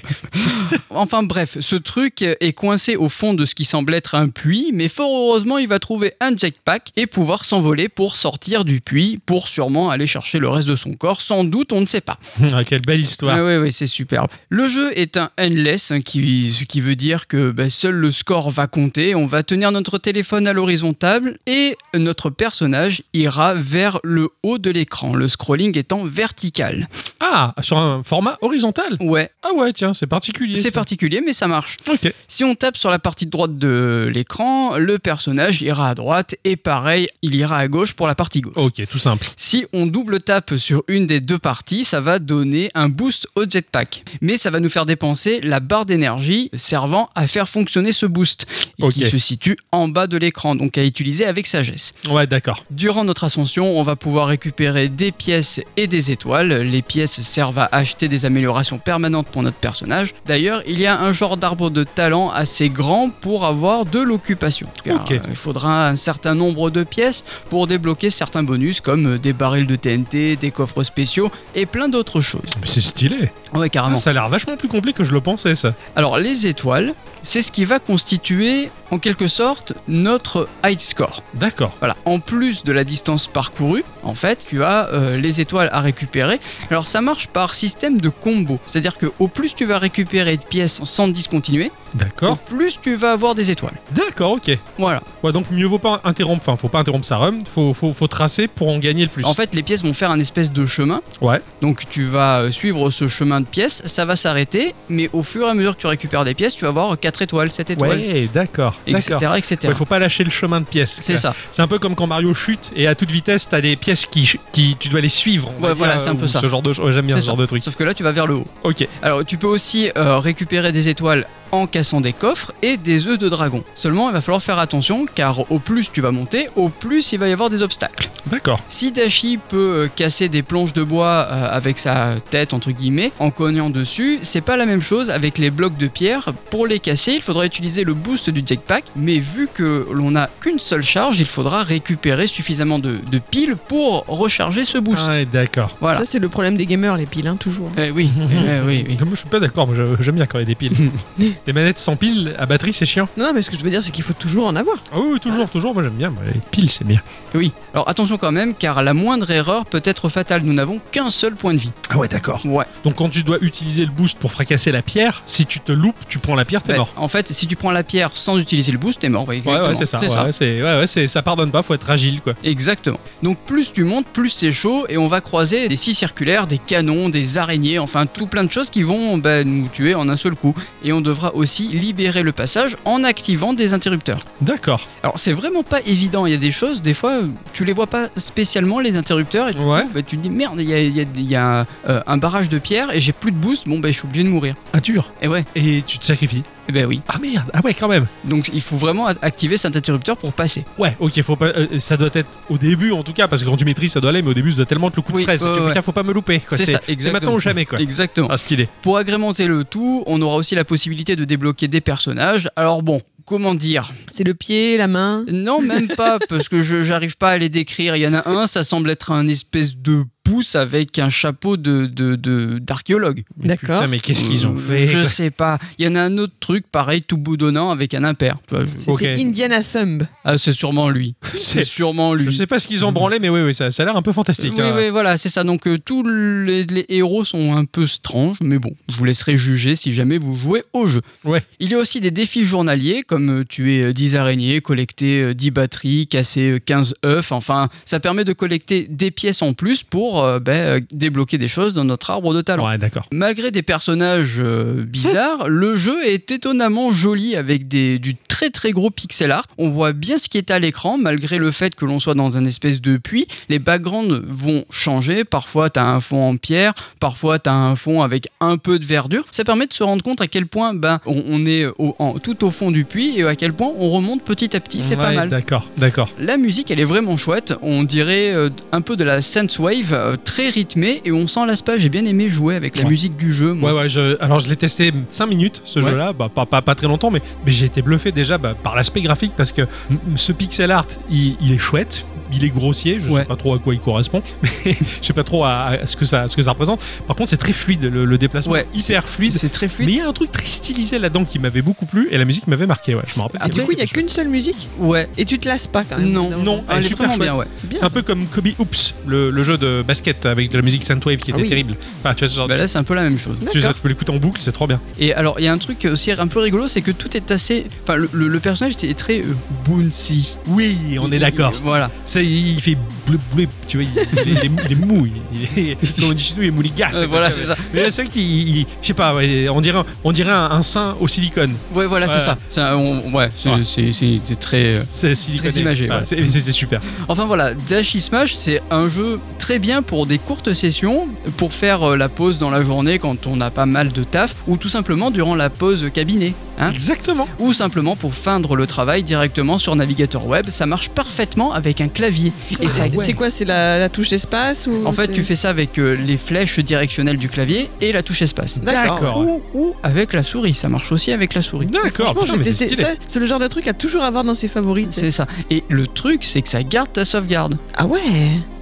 F: Enfin bref, ce truc est coincé au fond de ce qui semble être un puits, mais fort heureusement, il va trouver un jetpack et pouvoir s'envoler pour sortir du puits, pour sûrement aller chercher le reste de son corps. Sans doute, on ne sait pas.
E: Ah, quelle belle histoire.
F: Ah ouais, ouais, c'est superbe. Le jeu est un endless, hein, qui, ce qui veut dire que bah, seul le score va compter. On va tenir notre téléphone à l'horizontale et notre personnage ira vers le haut de l'écran, le scrolling étant vertical.
E: Ah, sur un format horizontal.
F: Ouais,
E: Ah ouais, tiens, c'est particulier.
F: c'est
E: ça.
F: particulier, mais ça marche.
E: Ok.
F: Si on tape sur la partie de droite de l'écran, le personnage ira à droite et pareil, il ira à gauche pour la partie gauche.
E: Ok, tout simple.
F: Si on double tape sur une des deux parties, ça va donner un boost au jetpack. Mais ça va nous faire dépenser la barre d'énergie servant à faire fonctionner ce boost, et qui
E: Ok.
F: se situe en bas de l'écran, donc à utiliser avec sagesse.
E: Ouais, d'accord.
F: Durant notre ascension, on va pouvoir récupérer des pièces et des étoiles. Les pièces servent à acheter des améliorations permanentes pour notre personnage. D'ailleurs, il y a un genre d'arbre de talent assez grand pour avoir de l'occupation. Car,
E: Ok.
F: euh, Il faudra un certain nombre de pièces pour débloquer certains bonus comme euh, des barils de TNT, des coffres spéciaux et plein d'autres choses.
E: Mais c'est stylé.
F: Ouais, carrément.
E: Ah, Ça a l'air vachement plus compliqué que je le pensais, ça.
F: Alors les étoiles, c'est ce qui va constituer en quelque sorte notre high score.
E: D'accord.
F: Voilà, en plus de la distance parcourue, en fait, tu as euh, les étoiles à récupérer. Alors ça marche par système de combo, c'est-à-dire que au plus tu vas récupérer de pièces sans discontinuer, au
E: D'accord.
F: plus tu vas avoir des étoiles.
E: D'accord, ok.
F: Voilà.
E: Ouais, donc mieux vaut pas interrompre. Enfin, faut pas interrompre sa run. Faut, faut, faut tracer pour en gagner le plus.
F: En fait, les pièces vont faire un espèce de chemin.
E: Ouais.
F: Donc tu vas euh, suivre ce chemin de pièces, ça va s'arrêter, mais au fur et à mesure que tu récupères des pièces, tu vas avoir 4 étoiles, 7 étoiles,
E: ouais, d'accord.
F: etc.
E: D'accord.
F: etc.
E: Ouais, faut pas lâcher le chemin de pièces.
F: C'est ça.
E: C'est un peu comme quand Mario chute et à toute vitesse, t'as des pièces qui, qui tu dois les suivre. on va
F: Ouais,
E: dire,
F: voilà, c'est un peu
E: ou
F: ça.
E: Ce genre de, ouais, j'aime bien
F: C'est
E: ce genre de truc.
F: Sauf que là, tu vas vers le haut.
E: Ok.
F: Alors, tu peux aussi euh, récupérer des étoiles en cassant des coffres et des œufs de dragon. Seulement, il va falloir faire attention car au plus tu vas monter, au plus il va y avoir des obstacles.
E: D'accord.
F: Si Dashi peut euh, casser des planches de bois euh, avec sa tête entre guillemets en cognant dessus, c'est pas la même chose avec les blocs de pierre. Pour les casser, il faudra utiliser le boost du jetpack, mais vu que l'on n'a qu'une seule charge, il faudra récupérer suffisamment de, de piles pour recharger ce boost.
E: Ah Ouais, d'accord.
F: Voilà.
C: Ça, c'est le problème des gamers, les piles, hein, toujours.
F: Eh oui, eh oui, oui.
E: Moi, je suis pas d'accord. Moi, je- j'aime bien quand il y a des piles. des manettes sans piles à batterie, c'est chiant.
C: Non, non, mais ce que je veux dire, c'est qu'il faut toujours en avoir.
E: Ah oui, oui, toujours, toujours. Moi, j'aime bien. mais Les piles, c'est bien.
F: Oui, alors attention quand même, car la moindre erreur peut être fatale. Nous n'avons qu'un seul point de vie.
E: Ah ouais, d'accord.
F: Ouais.
E: Donc quand tu dois utiliser le boost pour fracasser la pierre, si tu te loupes, tu prends la pierre, t'es
F: Ben,
E: mort.
F: En fait, si tu prends la pierre sans utiliser le boost, t'es mort. Ouais,
E: Ouais,
F: exactement.
E: ouais, c'est ça. ouais, c'est- ouais, ouais, c'est- ça pardonne pas, faut être agile, quoi.
F: Exactement. Donc plus tu montes, plus c'est chaud, et on va croiser des scies circulaires, des canons, des araignées, enfin tout plein de choses qui vont ben, nous tuer en un seul coup. Et on devra aussi libérer le passage en activant des interrupteurs.
E: D'accord.
F: Alors c'est vraiment pas évident, il y a des choses, des fois tu les vois pas spécialement les interrupteurs, et
E: Ouais.
F: ben, tu te dis merde, il y a, il y a- il y a, euh, un barrage de pierre et j'ai plus de boost, bon ben je suis obligé de mourir.
E: Ah, dur.
F: Et ouais.
E: Et tu te sacrifies.
F: Eh ben oui.
E: Ah merde. Ah ouais, quand même.
F: Donc il faut vraiment a- activer cet interrupteur pour passer.
E: Ouais. Ok, faut pas. euh, ça doit être au début, en tout cas, parce que quand tu maîtrises, ça doit aller, mais au début, ça doit tellement être le coup de
F: Oui,
E: stress.
F: ouais,
E: tu
F: ouais.
E: putain, faut pas me louper. quoi.
F: C'est ça,
E: C'est
F: exactement.
E: maintenant ou jamais, quoi.
F: Exactement.
E: Ah, stylé.
F: Pour agrémenter le tout, on aura aussi la possibilité de débloquer des personnages. Alors bon, comment dire
C: C'est le pied, la main.
F: Non, même pas, parce que je j'arrive pas à les décrire. Il y en a un, ça semble être un espèce de pouce avec un chapeau de de- de- d'archéologue.
E: Mais
C: D'accord.
E: Putain, mais qu'est-ce qu'ils ont
F: Euh,
E: fait
F: Je
E: quoi.
F: sais pas. Il y en a un autre truc, pareil, tout boudonnant avec un impair. Tu vois, je-
C: C'était
E: Ok.
C: Indiana Thumb.
F: Ah, c'est sûrement lui. C'est
E: C'est-
F: sûrement lui.
E: Je sais pas ce qu'ils ont branlé, mais oui, oui, ça, ça a l'air un peu fantastique.
F: Oui,
E: hein.
F: oui, voilà, c'est ça. Donc euh, tous les, les héros sont un peu stranges, mais bon, je vous laisserai juger si jamais vous jouez au jeu.
E: Ouais.
F: Il y a aussi des défis journaliers, comme euh, tuer euh, 10 araignées, collecter euh, 10 batteries, casser euh, 15 œufs. Enfin, ça permet de collecter des pièces en plus pour euh, ben, euh, débloquer des choses dans notre arbre de talent.
E: Ouais, d'accord.
F: Malgré des personnages euh, bizarres, le jeu est étonnamment joli avec des, du très très très gros pixel art. On voit bien ce qui est à l'écran, malgré le fait que l'on soit dans un espèce de puits. Les backgrounds vont changer. Parfois, tu as un fond en pierre, parfois, tu as un fond avec un peu de verdure. Ça permet de se rendre compte à quel point ben, on, on est au- en- tout au fond du puits et à quel point on remonte petit à petit. C'est pas
E: Ouais,
F: mal.
E: D'accord, d'accord.
F: La musique, elle est vraiment chouette. On dirait euh, un peu de la synthwave, euh, très rythmée, et on sent l'aspect. J'ai bien aimé jouer avec la
E: Ouais.
F: musique du jeu.
E: Ouais,
F: Moi.
E: ouais, je- alors je l'ai testé 5 minutes ce
F: Ouais.
E: jeu-là, bah, pas, pas, pas très longtemps, mais, mais j'ai été bluffé déjà bah, par l'aspect graphique parce que mm, ce pixel art, il, il est chouette, il est grossier, je
F: Ouais.
E: sais pas trop à quoi il correspond, mais je sais pas trop à, à ce, que ça, ce que ça représente. Par contre, c'est très fluide, le, le déplacement,
F: Ouais,
E: est hyper fluide.
F: C'est très
E: Mais
F: fluide.
E: il y a un truc très stylisé là-dedans qui m'avait beaucoup plu et la musique m'avait marqué, ouais, je me rappelle.
F: Ah,
C: Et du coup, il n'y a
E: quelque chose.
C: qu'une seule musique
F: Ouais.
C: et tu te lasses pas quand même.
F: Non,
E: non,
F: Elle
E: elle
F: est
E: est super
F: vraiment
E: chouette.
F: bien, ouais.
C: C'est bien.
E: C'est un peu comme Kobe Oops, le, le jeu de basket avec de la musique Soundwave qui
C: Ah
E: était
C: oui.
E: terrible. Enfin, tu vois, ce genre de
F: Bah là, c'est un peu la même chose.
E: tu, ça, tu peux l'écouter en boucle, c'est trop bien.
F: Et alors, il y a un truc aussi un peu rigolo, c'est que tout est assez. Enfin, le, le- le personnage est très euh, bouncy.
E: Oui, on est d'accord.
F: Voilà.
E: Ça, il fait bleu bleu, tu vois, il, il est, il est mou- il est mou, il, il est, comme on dit chez nous, il est mouligasse.
F: Euh, voilà, c'est ça.
E: Mais c'est vrai qu'il, il- je sais pas, ouais, on dirait, un- on dirait un, un sein au silicone.
F: Ouais, voilà,
E: Ouais.
F: c'est ça. C'est un- on- ouais, c'est-
E: Ouais.
F: c'est- c'est c'est très. euh,
E: C'est siliconé.
F: Très imagé, ouais.
E: c'est- C'était super.
F: Enfin voilà, Dash is Smash, c'est un jeu très bien pour des courtes sessions, pour faire euh, la pause dans la journée quand on a pas mal de taf, ou tout simplement durant la pause cabinet, hein,
E: Exactement.
F: ou simplement pour feindre le travail directement sur navigateur web. Ça marche parfaitement avec un clavier. Et ça,
C: C'est quoi C'est la, la touche espace ou
F: en fait,
C: c'est-
F: tu fais ça avec euh, les flèches directionnelles du clavier et la touche espace.
E: D'accord.
F: Ou, ou avec la souris, ça marche aussi avec la souris.
E: D'accord.
C: Franchement,
E: putain,
C: j'ai
E: mais c'est
C: testé
E: stylé.
C: ça. C'est le genre de truc à toujours avoir dans ses favoris. tu sais.
F: C'est ça. Et le truc, c'est que ça garde ta sauvegarde.
C: Ah ouais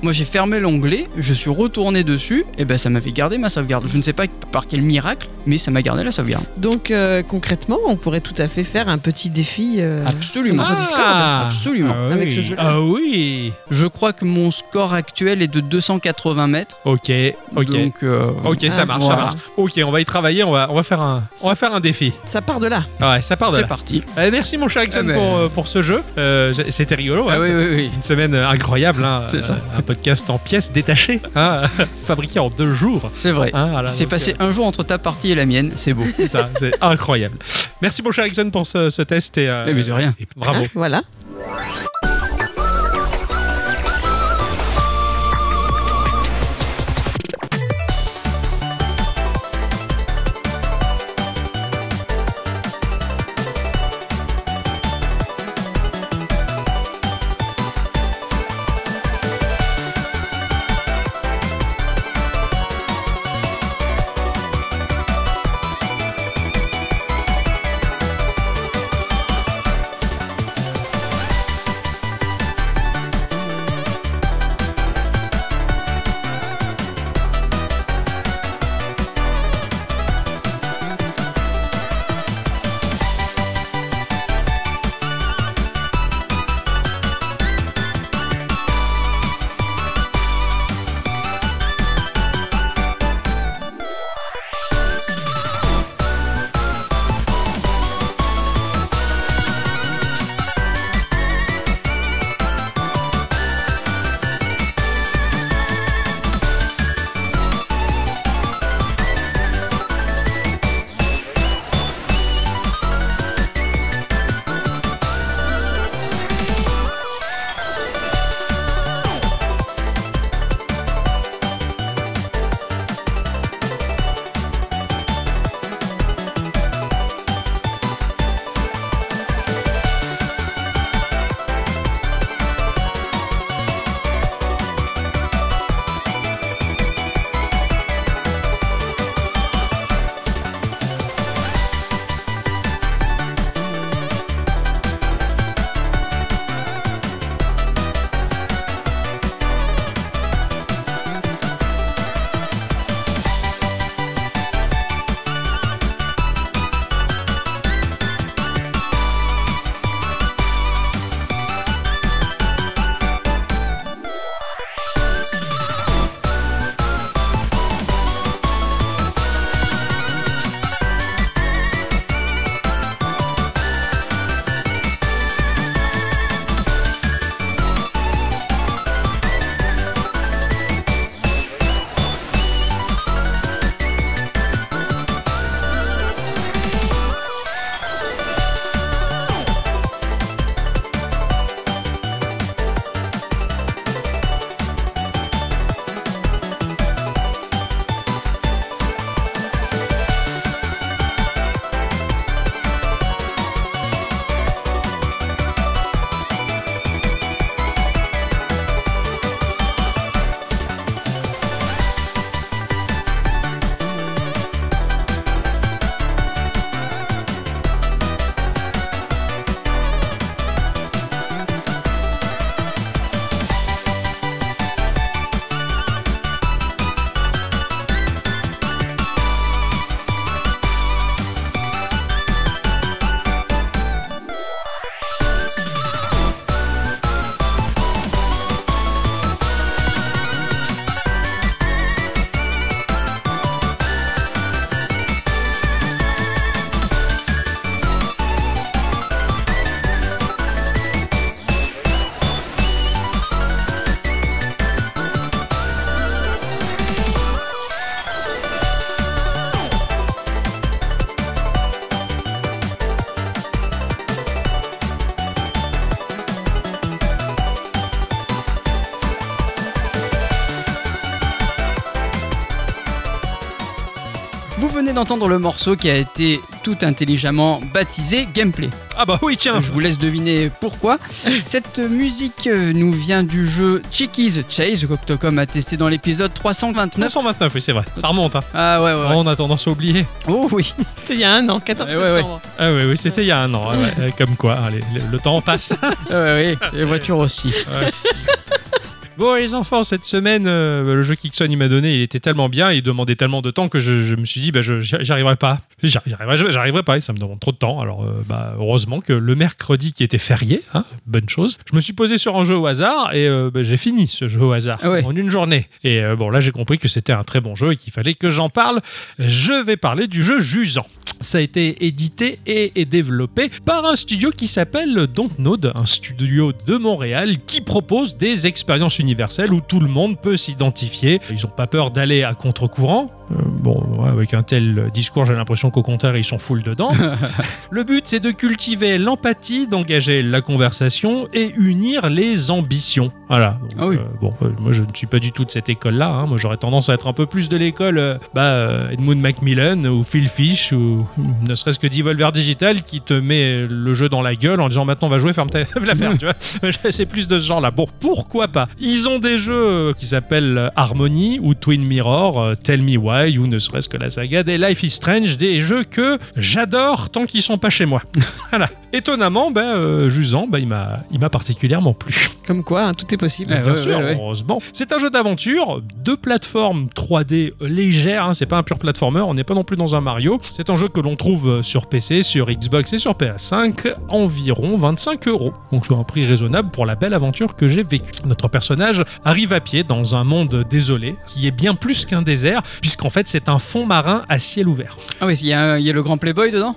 F: Moi j'ai fermé l'onglet, je suis retourné dessus, et ben ça m'avait gardé ma sauvegarde. Je ne sais pas par quel miracle, mais ça m'a gardé la sauvegarde.
C: Donc euh, concrètement, on pourrait tout à fait faire un petit défi. euh,
F: Absolument.
C: sur notre Discord.
E: Ah,
F: Absolument.
E: Ah oui.
C: Avec ce jeu-là.
E: Ah oui.
F: Je crois que mon score actuel est de 280 mètres.
E: Ok, ok.
F: Donc euh,
E: Ok,
C: Ah,
E: ça marche,
F: voilà.
E: ça marche. Ok, on va y travailler, on va, on va, faire, un, on va faire un défi.
C: Ça part de là.
E: Ouais, ça part de
F: c'est
E: là.
F: parti.
E: Euh, merci mon cher Alexandre
F: Ah, mais-
E: pour, euh, pour ce jeu. Euh, j'ai- C'était rigolo. hein,
F: Ah oui,
E: ça-
F: oui, oui.
E: Une semaine euh, incroyable, hein,
F: C'est
E: euh,
F: ça.
E: un podcast en pièces détachées, hein, fabriqué en deux jours.
F: C'est vrai.
E: hein, voilà,
F: c'est
E: donc,
F: passé
E: euh,
F: un jour entre ta partie et la mienne, c'est beau.
E: c'est ça, c'est incroyable. Merci mon cher Alexandre pour ce, ce test et, euh,
F: Eh, mais de rien.
E: et bravo.
C: Hein, voilà.
F: venez d'entendre le morceau qui a été tout intelligemment baptisé Gameplay.
E: Ah bah oui, tiens
F: Je vous laisse deviner pourquoi. Cette musique euh, nous vient du jeu Chickies Chase que Octocom a testé dans l'épisode 329.
E: 929, oui, c'est vrai. Ça remonte, hein.
F: Ah ouais, ouais, ouais.
E: On a tendance à oublier.
F: Oh oui.
C: C'était il y a un an, 14
F: Ouais, ouais, ouais.
C: septembre.
E: Ah oui, oui, c'était il y a un an. ouais, ouais. Euh, Comme quoi, hein, les- le, le temps passe.
F: Ah ouais, ouais. Les voitures aussi.
E: Bon, les enfants, cette semaine, euh, le jeu Kickson, il m'a donné, il était tellement bien, il demandait tellement de temps que je, je me suis dit, bah, je j'y- j'y arriverai pas. J'y j'y arriverai, j'y arriverai pas, et ça me demande trop de temps. Alors, euh, bah, heureusement que le mercredi qui était férié, hein, bonne chose, je me suis posé sur un jeu au hasard et euh, bah, j'ai fini ce jeu au hasard
F: Ah ouais.
E: en une journée. Et euh, bon, là, j'ai compris que c'était un très bon jeu et qu'il fallait que j'en parle. Je vais parler du jeu Jusant. Ça a été édité et, et développé par un studio qui s'appelle Dontnod, un studio de Montréal qui propose des expériences universelles où tout le monde peut s'identifier. Ils n'ont pas peur d'aller à contre-courant. Euh, bon, ouais, avec un tel discours, j'ai l'impression qu'au contraire, ils sont full dedans. Le but, c'est de cultiver l'empathie, d'engager la conversation et unir les ambitions. Voilà. Donc,
F: Ah oui.
E: euh, bon, euh, moi, je ne suis pas du tout de cette école-là. hein. Moi, j'aurais tendance à être un peu plus de l'école euh, bah, euh, Edmund Macmillan ou Phil Fish ou ne serait-ce que Devolver Digital qui te met le jeu dans la gueule en disant maintenant, on va jouer, ferme ta lève la ferme, tu vois. C'est plus de ce genre-là. Bon, pourquoi pas Ils ont des jeux euh, qui s'appellent euh, Harmony ou Twin Mirror, euh, Tell Me Why ou ne serait-ce que la saga des Life is Strange, des jeux que j'adore tant qu'ils sont pas chez moi. voilà. Étonnamment, ben, euh, Jusant, ben, il m'a il m'a particulièrement plu.
C: Comme quoi, hein, tout est possible.
F: Eh Ouais.
E: Bien sûr,
F: ouais.
E: heureusement. C'est un jeu d'aventure, de plateforme 3D légère, hein, c'est pas un pur platformer, on n'est pas non plus dans un Mario. C'est un jeu que l'on trouve euh, sur PC, sur Xbox et sur PS5, environ 25 euros. Donc c'est un prix raisonnable pour la belle aventure que j'ai vécue. Notre personnage arrive à pied dans un monde désolé, qui est bien plus qu'un désert, puisqu'en fait c'est un fond marin à ciel ouvert.
F: Ah oui, il y, a il y a le grand Playboy dedans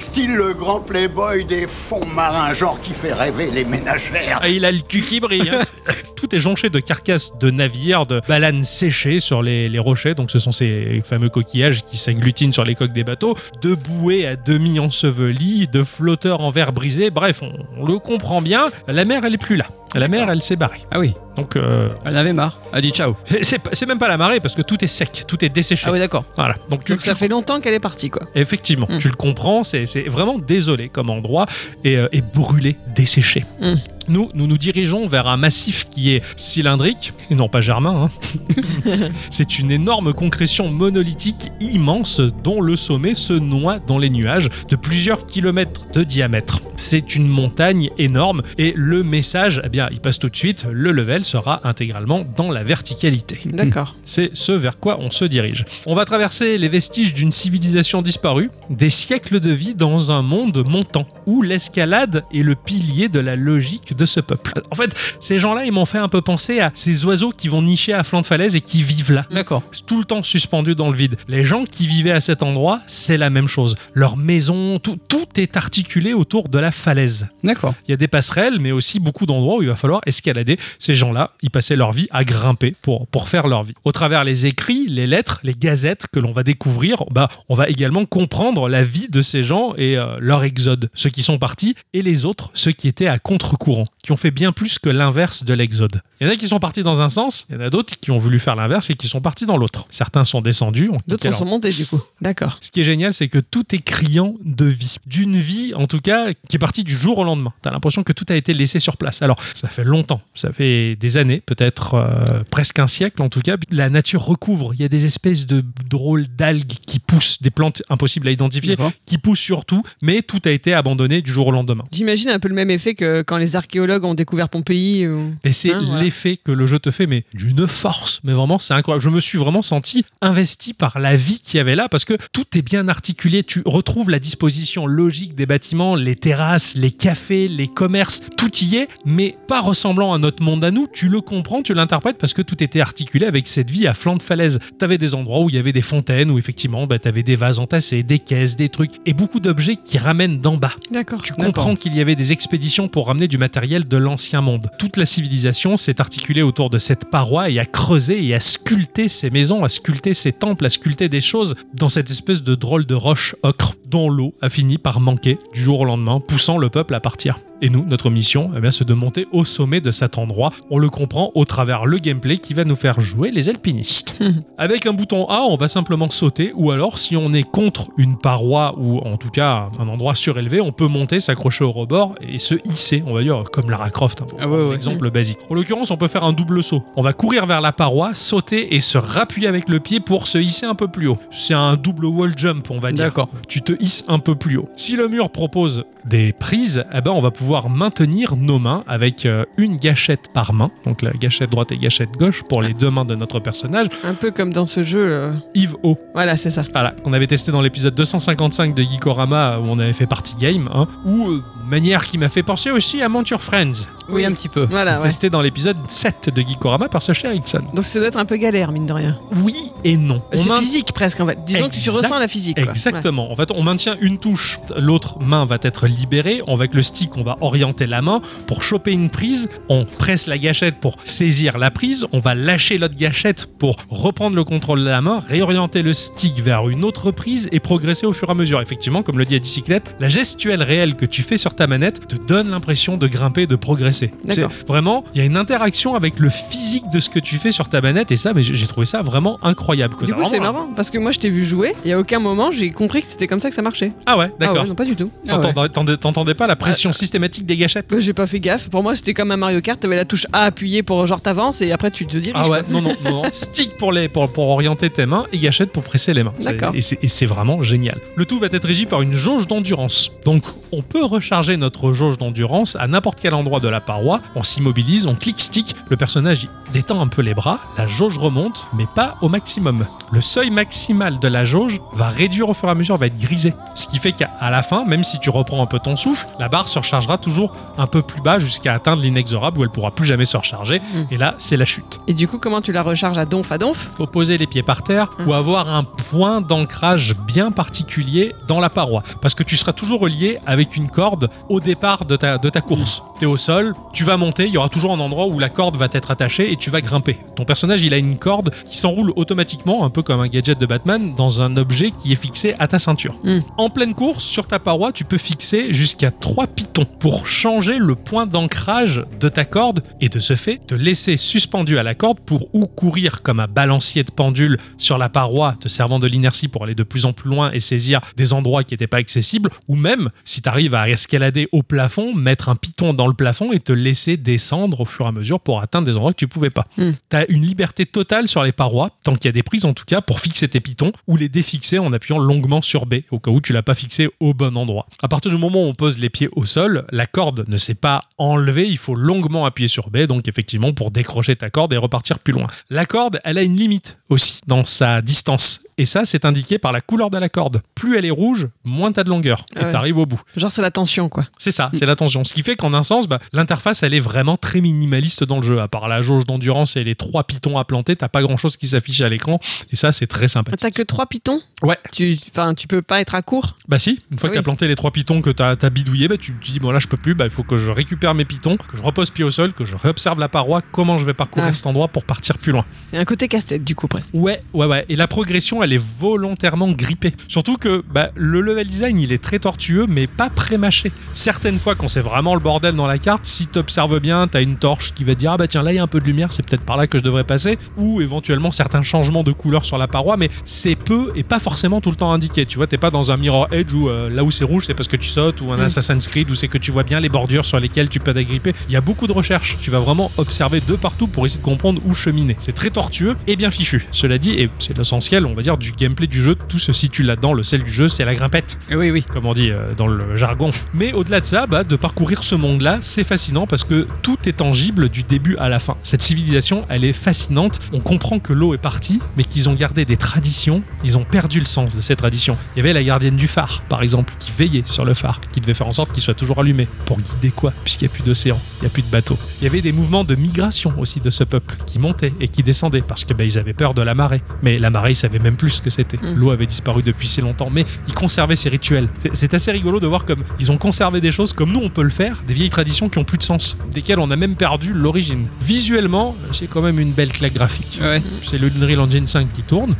D: Style le grand playboy des fonds marins, genre qui fait rêver les ménagères.
E: Ah, il a le cul qui brille. hein. Tout est jonché de carcasses de navires, de balanes séchées sur les, les rochers. Donc, ce sont ces fameux coquillages qui s'agglutinent sur les coques des bateaux, de bouées à demi ensevelies, de flotteurs en verre brisé. Bref, on, on le comprend bien. La mer, elle est plus là. La mer, elle s'est barrée.
F: Ah oui,
E: Donc, euh,
F: elle en avait marre. Elle a dit ciao.
E: c'est pas- c'est même pas la marée parce que tout est sec, tout est desséché.
F: Ah oui, d'accord.
E: Voilà. Donc, tu,
C: Donc ça fait longtemps qu'elle est partie, quoi.
E: Effectivement,
C: Mm.
E: tu le comprends, c'est c'est vraiment désolé comme endroit et, euh, et brûlé, desséché.
C: Mm.
E: Nous, nous nous dirigeons vers un massif qui est cylindrique, et non pas germain. hein. c'est une énorme concrétion monolithique immense dont le sommet se noie dans les nuages de plusieurs kilomètres de diamètre. C'est une montagne énorme et le message, eh bien, il passe tout de suite, le level sera intégralement dans la verticalité.
C: D'accord.
E: C'est ce vers quoi on se dirige. On va traverser les vestiges d'une civilisation disparue, des siècles de vie dans un monde montant, où l'escalade est le pilier de la logique de ce peuple. En fait, ces gens-là, ils m'ont fait un peu penser à ces oiseaux qui vont nicher à flanc de falaise et qui vivent là
F: D'accord.
E: tout le temps suspendu dans le vide. Les gens qui vivaient à cet endroit, c'est la même chose. Leur maison, tout, tout est articulé autour de la falaise.
F: D'accord.
E: Il y a des passerelles, mais aussi beaucoup d'endroits où il va falloir escalader. Ces gens-là, ils passaient leur vie à grimper pour, pour faire leur vie. Au travers les écrits, les lettres, les gazettes que l'on va découvrir, bah, on va également comprendre la vie de ces gens et euh, leur exode, ceux qui sont partis et les autres, ceux qui étaient à contre-courant, qui ont fait bien plus que l'inverse de l'exode. Il y en a qui sont partis dans un sens, il y en a d'autres qui ont voulu faire l'inverse et qui sont partis dans l'autre. Certains sont descendus, ont quitté
C: D'autres
E: leur
C: sont montés, du coup. D'accord.
E: ce qui est génial, c'est que tout est criant de vie. D'une vie, en tout cas, qui est partie du jour au lendemain. T'as l'impression que tout a été laissé sur place. Alors, ça fait longtemps, ça fait des années, peut-être euh, presque un siècle en tout cas. La nature recouvre. Il y a des espèces de drôles d'algues qui poussent, des plantes impossibles à identifier,
F: D'accord.
E: qui poussent surtout, mais tout a été abandonné du jour au lendemain.
C: J'imagine un peu le même effet que quand les archéologues ont découvert Pompéi. ou-
E: Et c'est
C: Hein, voilà.
E: l'effet que le jeu te fait, mais d'une force. Mais vraiment, c'est incroyable. Je me suis vraiment senti investi par la vie qu'il y avait là, parce que tout est bien articulé. Tu retrouves la disposition logique des bâtiments, les terrasses, les cafés, les commerces, tout y est, mais pas ressemblant à notre monde à nous. Tu le comprends, tu l'interprètes, parce que tout était articulé avec cette vie à flanc de falaise. T'avais des endroits où il y avait des fontaines, où effectivement, bah, t'avais des vases entassés, des caisses, des trucs, et beaucoup d'objets qui ramènent d'en bas.
C: D'accord.
E: Tu comprends qu'il y avait des expéditions pour ramener du matériel de l'ancien monde. Toute la civilisation s'est articulée autour de cette paroi et a creusé et a sculpté ces maisons, a sculpté ces temples, a sculpté des choses dans cette espèce de drôle de roche ocre. dans l'eau a fini par manquer du jour au lendemain, poussant le peuple à partir. Et nous, notre mission, eh bien, c'est de monter au sommet de cet endroit. On le comprend au travers le gameplay qui va nous faire jouer les alpinistes. Avec un bouton A, on va simplement sauter, ou alors si on est contre une paroi ou en tout cas un endroit surélevé, on peut monter, s'accrocher au rebord et se hisser, on va dire, comme Lara Croft, hein, pour
F: Ah
E: prendre
F: ouais,
E: un
F: ouais.
E: exemple basique. En l'occurrence, on peut faire un double saut. On va courir vers la paroi, sauter et se rappuyer avec le pied pour se hisser un peu plus haut. C'est un double wall jump, on va dire
F: D'accord.
E: tu te hisses un peu plus haut. Si le mur propose des prises, eh ben on va pouvoir maintenir nos mains avec euh, une gâchette par main, donc la gâchette droite et gâchette gauche pour les deux mains de notre personnage,
C: Un peu comme dans ce jeu. euh,
E: Yves O.
C: Voilà, c'est ça.
E: Voilà, qu'on avait testé dans l'épisode 255 de Geekorama euh, où on avait fait partie game, hein, ou euh, manière qui m'a fait penser aussi à Monture Friends,
F: Oui, un petit peu.
C: Voilà, Ah ouais.
E: testé dans l'épisode 7 de Geekorama par ce cher Erickson.
C: Donc ça doit être un peu galère, mine de rien.
E: Oui et non. On
C: C'est
E: maintient-
C: physique presque, en fait. Disons que tu
E: Exact-
C: ressens la physique. quoi.
E: Exactement. En fait, on maintient une touche, l'autre main va être libérée. Avec le stick, on va orienter la main pour choper une prise. On presse la gâchette pour saisir la prise. On va lâcher l'autre gâchette pour reprendre le contrôle de la main, réorienter le stick vers une autre prise et progresser au fur et à mesure. Effectivement, comme le dit Adicyclette, la gestuelle réelle que tu fais sur ta manette te donne l'impression de grimper, de progresser.
C: D'accord.
E: C'est- Vraiment, il y a une interaction avec le physique de ce que tu fais sur ta manette et ça, mais j'ai j'ai trouvé ça vraiment incroyable.
C: Ouais. Du coup,
E: Vraiment,
C: c'est
E: hein.
C: marrant parce que moi, je t'ai vu jouer et à aucun moment, j'ai compris que c'était comme ça que ça marchait.
E: Ah ouais, d'accord.
C: Ah ouais, non, pas du tout.
F: Ah ouais. Ah,
E: T'entendais t'entendais pas la pression systématique des gâchettes
C: J'ai pas fait gaffe. Pour moi, c'était comme un Mario Kart. T'avais la touche A appuyée pour genre t'avances et après tu te diriges.
E: ah ouais, non, non, non, non. Stick pour, les, pour, pour orienter tes mains et gâchette pour presser les mains. C'est-
C: D'accord.
E: Et c'est- et c'est vraiment génial. Le tout va être régi par une jauge d'endurance. Donc, on peut recharger notre jauge d'endurance à n'importe quel endroit de la paroi. On s'immobilise, on clique stick, le personnage il détend un peu les bras, la jauge remonte, mais pas au maximum. Le seuil maximal de la jauge va réduire au fur et à mesure, va être grisé. Ce qui fait qu'à à la fin, même si tu reprends un peu ton souffle, la barre se rechargera toujours un peu plus bas jusqu'à atteindre l'inexorable où elle pourra plus jamais se recharger. Et là, c'est la chute
C: Et du coup, comment tu la recharges à donf à donf
E: faut poser les pieds par terre ou avoir un point d'ancrage bien particulier dans la paroi. Parce que tu seras toujours relié avec une corde au départ de ta, de ta course. Tu es au sol, tu vas monter, il y aura toujours un endroit où la corde va t'être attachée et tu vas grimper. Ton personnage, il a une corde qui s'enroule automatiquement, un peu comme un gadget de Batman, dans un objet qui est fixé à ta ceinture.
C: Mm.
E: En pleine course, sur ta paroi, tu peux fixer jusqu'à trois pitons pour changer le point d'ancrage de ta corde et de ce fait te laisser suspendu à la corde pour ou courir comme un balancier de pendule sur la paroi, te servant de l'inertie pour aller de plus en plus loin et saisir des endroits qui n'étaient pas accessibles, ou même si tu arrives à escalader au plafond, mettre un piton dans le plafond et te laisser descendre au fur et à mesure pour atteindre des endroits que tu pouvais pas.
C: Mm.
E: Tu as une liberté totale sur les parois, tant qu'il y a des prises en tout cas, pour fixer tes pitons ou les défixer en appuyant longuement sur B, au cas où tu l'as pas fixé au bon endroit. À partir du moment où on pose les pieds au sol, la corde ne s'est pas enlevée, il faut longuement appuyer sur B, donc effectivement pour décrocher ta corde et repartir plus loin. La corde, elle a une limite aussi dans sa distance. Et ça, c'est indiqué par la couleur de la corde. Plus elle est rouge, moins t'as de longueur.
C: Ah ouais.
E: Et t'arrives au bout.
C: Genre, c'est la tension, quoi.
E: C'est ça, c'est la tension. Ce qui fait qu'en un sens, bah, l'interface, elle est vraiment très minimaliste dans le jeu. À part la jauge d'endurance et les trois pitons à planter, t'as pas grand chose qui s'affiche à l'écran. Et ça, c'est très
C: Ah,
E: sympathique.
C: T'as que trois pitons
E: Ouais.
C: Tu, enfin, tu peux pas être à court
E: Bah si, une fois que
C: Oui.
E: t'as planté les trois pitons que t'as as bidouillé, bah tu te dis bon là je peux plus, bah il faut que je récupère mes pitons, que je repose pied au sol, que je réobserve la paroi, comment je vais parcourir
C: Ah.
E: cet endroit pour partir plus loin.
C: Il y a un côté casse-tête, du coup, presque.
E: Ouais, ouais, ouais. Et la progression, elle est volontairement grippée. Surtout que bah, le level design, il est très tortueux, mais pas prémâché. Certaines fois, quand c'est vraiment le bordel dans la carte, si t'observes bien, t'as une torche qui va te dire Ah bah tiens, là, il y a un peu de lumière, c'est peut-être par là que je devrais passer. Ou éventuellement certains changements de couleur sur la paroi, mais c'est peu et pas forcément tout le temps indiqué. Tu vois, t'es pas dans un Mirror Edge où euh, là où c'est rouge, c'est parce que tu sautes, ou un
C: Mm.
E: Assassin's Creed où c'est que tu vois bien les bordures sur lesquelles tu peux t'agripper. Il y a beaucoup de recherches. Tu vas vraiment observer de partout pour essayer de comprendre où cheminer. C'est très tortueux et bien fichu. Cela dit, et c'est l'essentiel, on va dire, du gameplay du jeu, tout se situe là-dedans. Le sel du jeu, c'est la grimpette
F: Ah Oui, oui.
E: comme on dit euh, dans le jargon. Mais au-delà de ça, bah, de parcourir ce monde-là, c'est fascinant parce que tout est tangible du début à la fin. Cette civilisation, elle est fascinante. On comprend que l'eau est partie, mais qu'ils ont gardé des traditions. Ils ont perdu le sens de ces traditions. Il y avait la gardienne du phare, par exemple, qui veillait sur le phare, qui devait faire en sorte qu'il soit toujours allumé. Pour guider quoi Puisqu'il n'y a plus d'océan, il n'y a plus de bateaux. Il y avait des mouvements de migration aussi de ce peuple qui montaient et qui descendaient parce que bah, ils avaient peur de la marée. Mais la marée, ils savaient même plus ce que c'était.
C: Mm.
E: L'eau avait disparu depuis si longtemps, mais ils conservaient ces rituels. C'est- C'est assez rigolo de voir comme ils ont conservé des choses comme nous on peut le faire, des vieilles traditions qui ont plus de sens, desquelles on a même perdu l'origine. Visuellement, c'est quand même une belle claque graphique.
F: Ah Ouais.
E: C'est le Unreal Engine 5 qui tourne.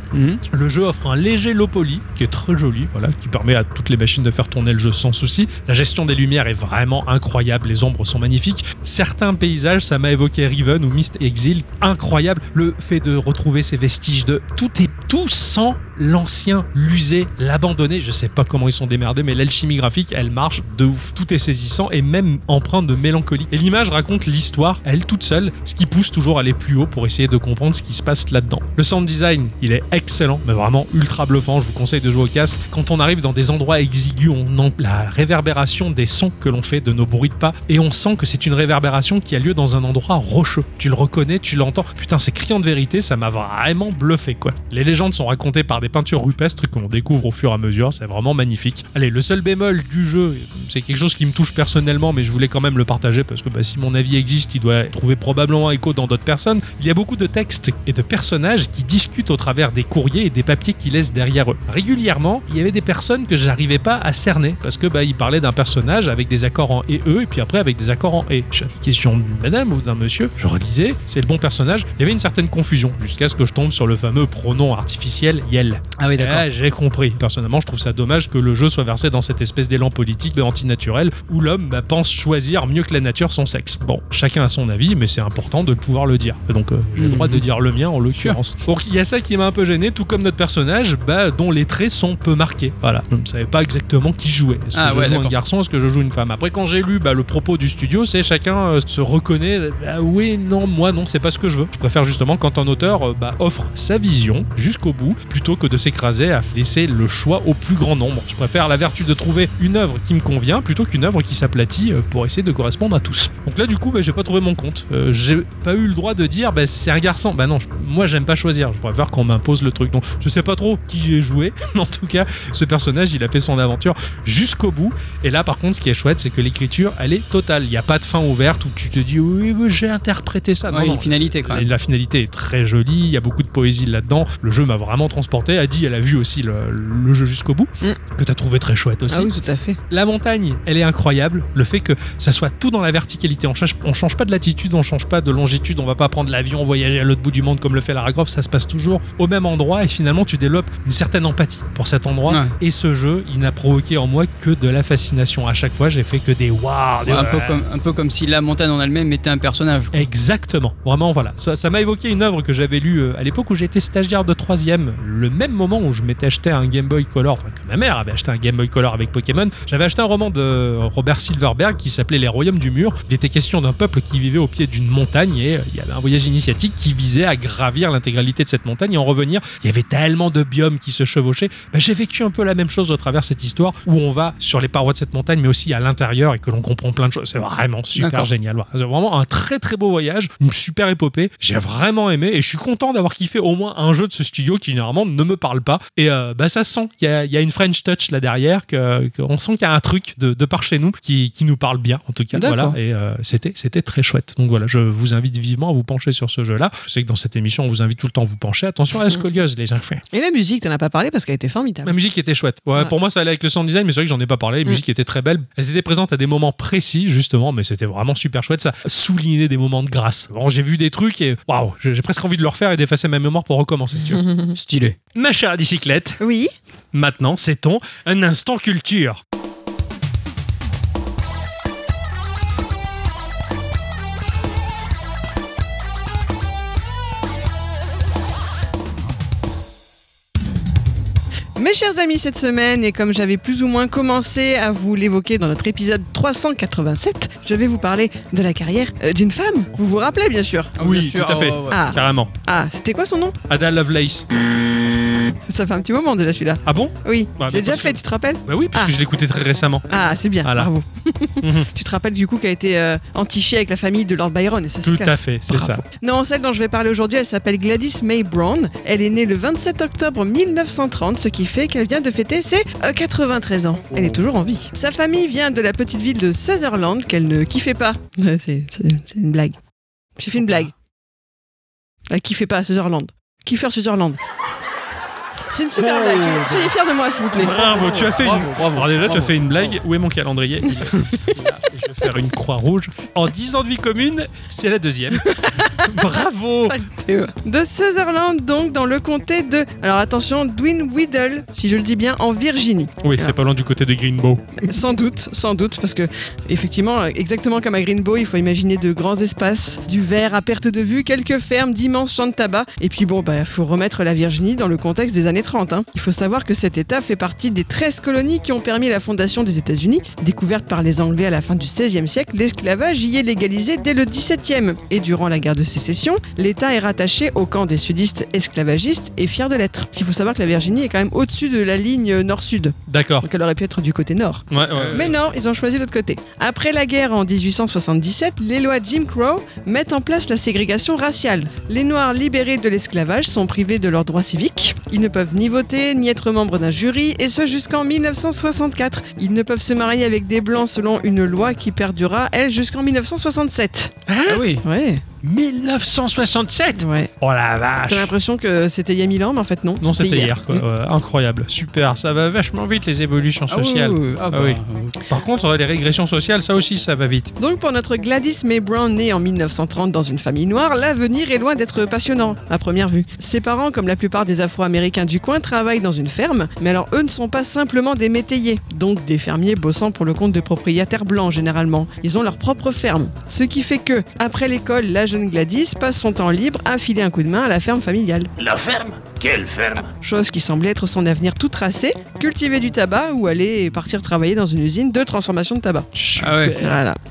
E: Le jeu offre un léger low poly qui est très joli, voilà, qui permet à toutes les machines de faire tourner le jeu sans souci. La gestion des lumières est vraiment incroyable, les ombres sont magnifiques. Certains paysages, ça m'a évoqué Riven ou Mist Exil, incroyable. Le fait de retrouver ces vestiges de tout est tout sans l'ancien, l'usé, l'abandonné. Je sais pas comment ils sont démerdés, mais l'alchimie graphique, elle marche de ouf. Tout est saisissant et même empreinte de mélancolie. Et l'image raconte l'histoire, elle toute seule, ce qui pousse toujours à aller plus haut pour essayer de comprendre ce qui se passe là-dedans. Le sound design, il est excellent, mais vraiment ultra bluffant. Je vous conseille de jouer au casque. Quand on arrive dans des endroits exigus, on entend la réverbération des sons que l'on fait de nos bruits de pas et on sent que c'est une réverbération qui a lieu dans un endroit rocheux. Tu le reconnais, tu l'entends. Putain, c'est criant de vérité, ça m'a vraiment bluffé quoi. Les légendes sont racontées par des peintures rupestres que l'on découvre au fur et à mesure, c'est vraiment magnifique. Allez, le seul bémol du jeu, c'est quelque chose qui me touche personnellement, mais je voulais quand même le partager parce que bah, si mon avis existe, il doit trouver probablement écho dans d'autres personnes. Il y a beaucoup de textes et de personnages qui discutent au travers des courriers et des papiers qu'ils laissent derrière eux. Régulièrement, il y avait des personnes que j'arrivais pas à cerner parce que bah, ils parlaient d'un personnage avec des accords en et e et puis après avec des accords en et. J'avais une question d'une madame ou d'un monsieur, je relisais, c'est le bon personnage. Il y avait une certaine confusion jusqu'à ce que je tombe sur le fameux pronom artificiel yel.
F: Ah oui, d'accord.
E: Ah, j'ai compris. Personnellement, je trouve ça dommage que le jeu soit versé dans cette espèce d'élan politique et antinaturel où l'homme bah, pense choisir mieux que la nature son sexe. Bon, chacun a son avis, mais c'est important de pouvoir le dire. Donc, euh, j'ai le droit de
F: Mhm.
E: dire le mien en l'occurrence. Donc, il y a ça qui m'a un peu gêné, tout comme notre personnage, bah, dont les traits sont peu marqués. Voilà, je ne savais pas exactement qui jouait. Est-ce que
F: Ah
E: je
F: ouais,
E: joue un
F: d'accord.
E: garçon, est-ce que je joue une femme Après, quand j'ai lu bah, le propos du studio, c'est chacun euh, se reconnaît. Ah oui, non, moi non, c'est pas ce que je veux. Je préfère justement quand un auteur euh, bah, offre sa vision jusqu'au bout plutôt que de s'écraser à laisser le choix au plus grand nombre. Je préfère la vertu de trouver une œuvre qui me convient plutôt qu'une œuvre qui s'aplatit euh, pour essayer de correspondre à tous. Donc là, du coup, bah, j'ai pas trouvé mon compte. Euh, j'ai pas eu le droit de dire bah, c'est un garçon. Bah non, je- moi j'aime pas choisir. Je préfère qu'on m'impose le truc. Donc je sais pas trop qui j'ai joué, mais en tout cas, ce personnage il a fait son aventure jusqu'au bout. Et là, par contre, ce qui est chouette, c'est que l'écriture elle est totale. Il n'y a pas de fin ouverte où tu te dis oui, mais j'ai interprété ça. Non,
F: Ouais,
E: non,
F: une finalité quand
E: et
F: même.
E: la finalité est très jolie, il y a beaucoup de poésie là-dedans. Le jeu m'a vraiment transporté. Adi, elle a vu aussi le, le jeu jusqu'au bout,
C: Mm.
E: que t'as trouvé très chouette aussi.
C: Ah oui, tout à fait.
E: La montagne, elle est incroyable. Le fait que ça soit tout dans la verticalité, on change, on change pas de latitude, on change pas de longitude, on va pas prendre l'avion, voyager à l'autre bout du monde comme le fait Lara Croft, ça se passe toujours au même endroit et finalement tu développes une certaine empathie pour cet endroit.
F: Ouais.
E: Et ce jeu, il n'a provoqué en moi que de la fascination. À chaque fois, j'ai fait que des waouh, des
F: Ouais, un, peu comme, un peu comme si la montagne en elle-même était un personnage.
E: Exactement, vraiment voilà. Ça ça m'a évoqué une œuvre que j'avais lue euh, à l'époque où j'étais stagiaire de 3 le même moment où je m'étais acheté un Game Boy Color, enfin que ma mère avait acheté un Game Boy Color avec Pokémon, j'avais acheté un roman de Robert Silverberg qui s'appelait Les Royaumes du Mur. Il était question d'un peuple qui vivait au pied d'une montagne et euh, il y avait un voyage initiatique qui visait à gravir l'intégralité de cette montagne et en revenir. Il y avait tellement de biomes qui se chevauchaient. Bah, J'ai vécu un peu la même chose au travers de cette histoire où on va sur les parois de cette montagne mais aussi à l'intérieur et que l'on comprend plein de choses. C'est vraiment super
F: D'accord.
E: génial. Voilà. C'est vraiment un très très beau voyage, une super épopée. J'ai vraiment aimé et je suis content d'avoir kiffé au moins un jeu de ce studio qui généralement ne me parle pas. Et euh, bah, ça se sent qu'il y, a- il y a une French touch là derrière, que, que on sent qu'il y a un truc de, de par chez nous qui, qui nous parle bien en tout cas. Voilà.
F: D'accord.
E: Et euh, c'était c'était très chouette. Donc voilà, je vous invite vivement à vous pencher sur ce jeu-là. Je sais que dans cette émission, on vous invite tout le temps à vous pencher. Attention à la scoliose, les enfants.
C: Et la musique, t'en as pas parlé parce qu'elle était formidable.
E: La musique était chouette. Ouais,
C: Ouais.
E: Pour moi, ça allait avec le sound design, mais c'est vrai que j'en ai pas parlé. La
C: Mm.
E: musique était très belle. Elles étaient présentes à des moments précis, justement, mais c'était vraiment super chouette. Ça soulignait des moments de grâce. Bon, j'ai vu des trucs et waouh, j'ai j'ai presque envie de le refaire et d'effacer ma mémoire pour recommencer. tu vois.
F: Stylé.
E: ma chère bicyclette,
C: Oui.
E: maintenant, c'est on un instant culture.
C: Mes chers amis, cette semaine, et comme j'avais plus ou moins commencé à vous l'évoquer dans notre épisode 387, je vais vous parler de la carrière euh, d'une femme. Vous vous rappelez, bien sûr.
E: oui,
F: bien sûr,
E: tout à
F: ah
E: fait.
F: ouais, ouais.
C: Ah,
E: Carrément.
C: ah c'était quoi son nom
E: Ada Lovelace.
C: Ça fait un petit moment déjà celui-là.
E: Ah bon
C: Oui,
E: Ouais, mais
C: j'ai déjà
E: parce
C: fait,
E: que-
C: tu te rappelles
E: Bah oui, parce que
C: Ah.
E: je l'écoutais très récemment.
C: Ah, c'est bien,
E: Voilà.
C: bravo.
E: Mhm.
C: tu te rappelles du coup qu'elle a été euh, entichée avec la famille de Lord Byron, et ça c'est
E: Tout à
C: classe.
E: fait, c'est ça.
C: Bravo. Non, celle dont je vais parler aujourd'hui, elle s'appelle Gladys May Brown. Elle est née le 27 octobre 1930, ce qui fait qu'elle vient de fêter ses euh, 93 ans. Elle est toujours en vie. Sa famille vient de la petite ville de Sutherland qu'elle ne kiffait pas. Ouais, C'est c'est- c'est une blague. J'ai fait une blague. Elle kiffait pas à Sutherland. Kiffer Sutherland. C'est une super blague. Soyez- Soyez fiers de moi, s'il vous plaît.
E: Bravo, tu as fait
F: bravo,
E: une.
F: bravo,
E: Alors déjà, tu as
F: bravo,
E: fait une blague.
F: bravo.
E: Où est mon calendrier Il est- il est là. Je vais faire une croix rouge. En 10 ans de vie commune, c'est la deuxième. Bravo
C: De Sutherland, donc, dans le comté de. Alors attention, Dwin Weddle, si je le dis bien, en Virginie.
E: Oui, c'est pas loin du côté de Greenbow.
C: Sans doute, sans doute, parce que effectivement, exactement comme à Greenbow, il faut imaginer de grands espaces, du verre à perte de vue, quelques fermes, d'immenses champs de tabac. Et puis bon, bah, faut remettre la Virginie dans le contexte des années 30. hein. Il faut savoir que cet État fait partie des 13 colonies qui ont permis la fondation des États-Unis. Découverte par les Anglais à la fin du XVIe siècle, l'esclavage y est légalisé dès le XVIIe. Et durant la guerre de sécession, l'État est rattaché au camp des sudistes esclavagistes et fier de l'être. Il faut savoir que la Virginie est quand même au-dessus de la ligne nord-sud,
E: D'accord.
C: donc elle aurait pu être du côté nord.
E: Ouais, ouais.
C: Mais non, ils ont choisi l'autre côté. Après la guerre en 1877, les lois Jim Crow mettent en place la ségrégation raciale. Les Noirs libérés de l'esclavage sont privés de leurs droits civiques. Ils ne peuvent ni voter, ni être membres d'un jury, et ce jusqu'en 1964. Ils ne peuvent se marier avec des Blancs selon une loi qui perdura, elle, jusqu'en 1967.
F: Ah oui.
C: Ouais,
E: 1967
C: ouais.
E: Oh la vache
C: J'ai l'impression que c'était il y a mille ans, mais en fait non.
E: Non, c'était hier, quoi.
C: Mm.
E: Ouais, incroyable. Super. Ça va vachement vite, les évolutions
F: Ah oui,
E: sociales.
F: oui, oui. Ah bah,
E: oui. Par contre, les régressions sociales, ça aussi, ça va vite.
C: Donc pour notre Gladys May Brown, née en 1930 dans une famille noire, l'avenir est loin d'être passionnant à première vue. Ses parents, comme la plupart des Afro-Américains du coin, travaillent dans une ferme, mais alors eux ne sont pas simplement des métayers, donc des fermiers bossant pour le compte de propriétaires blancs généralement. Ils ont leur propre ferme. Ce qui fait que, après l'école, la jeune Gladys passe son temps libre à filer un coup de main à la ferme familiale.
D: La ferme Quelle ferme
C: Chose qui semblait être son avenir tout tracé, cultiver du tabac ou aller partir travailler dans une usine de transformation de tabac.
E: Ah ouais.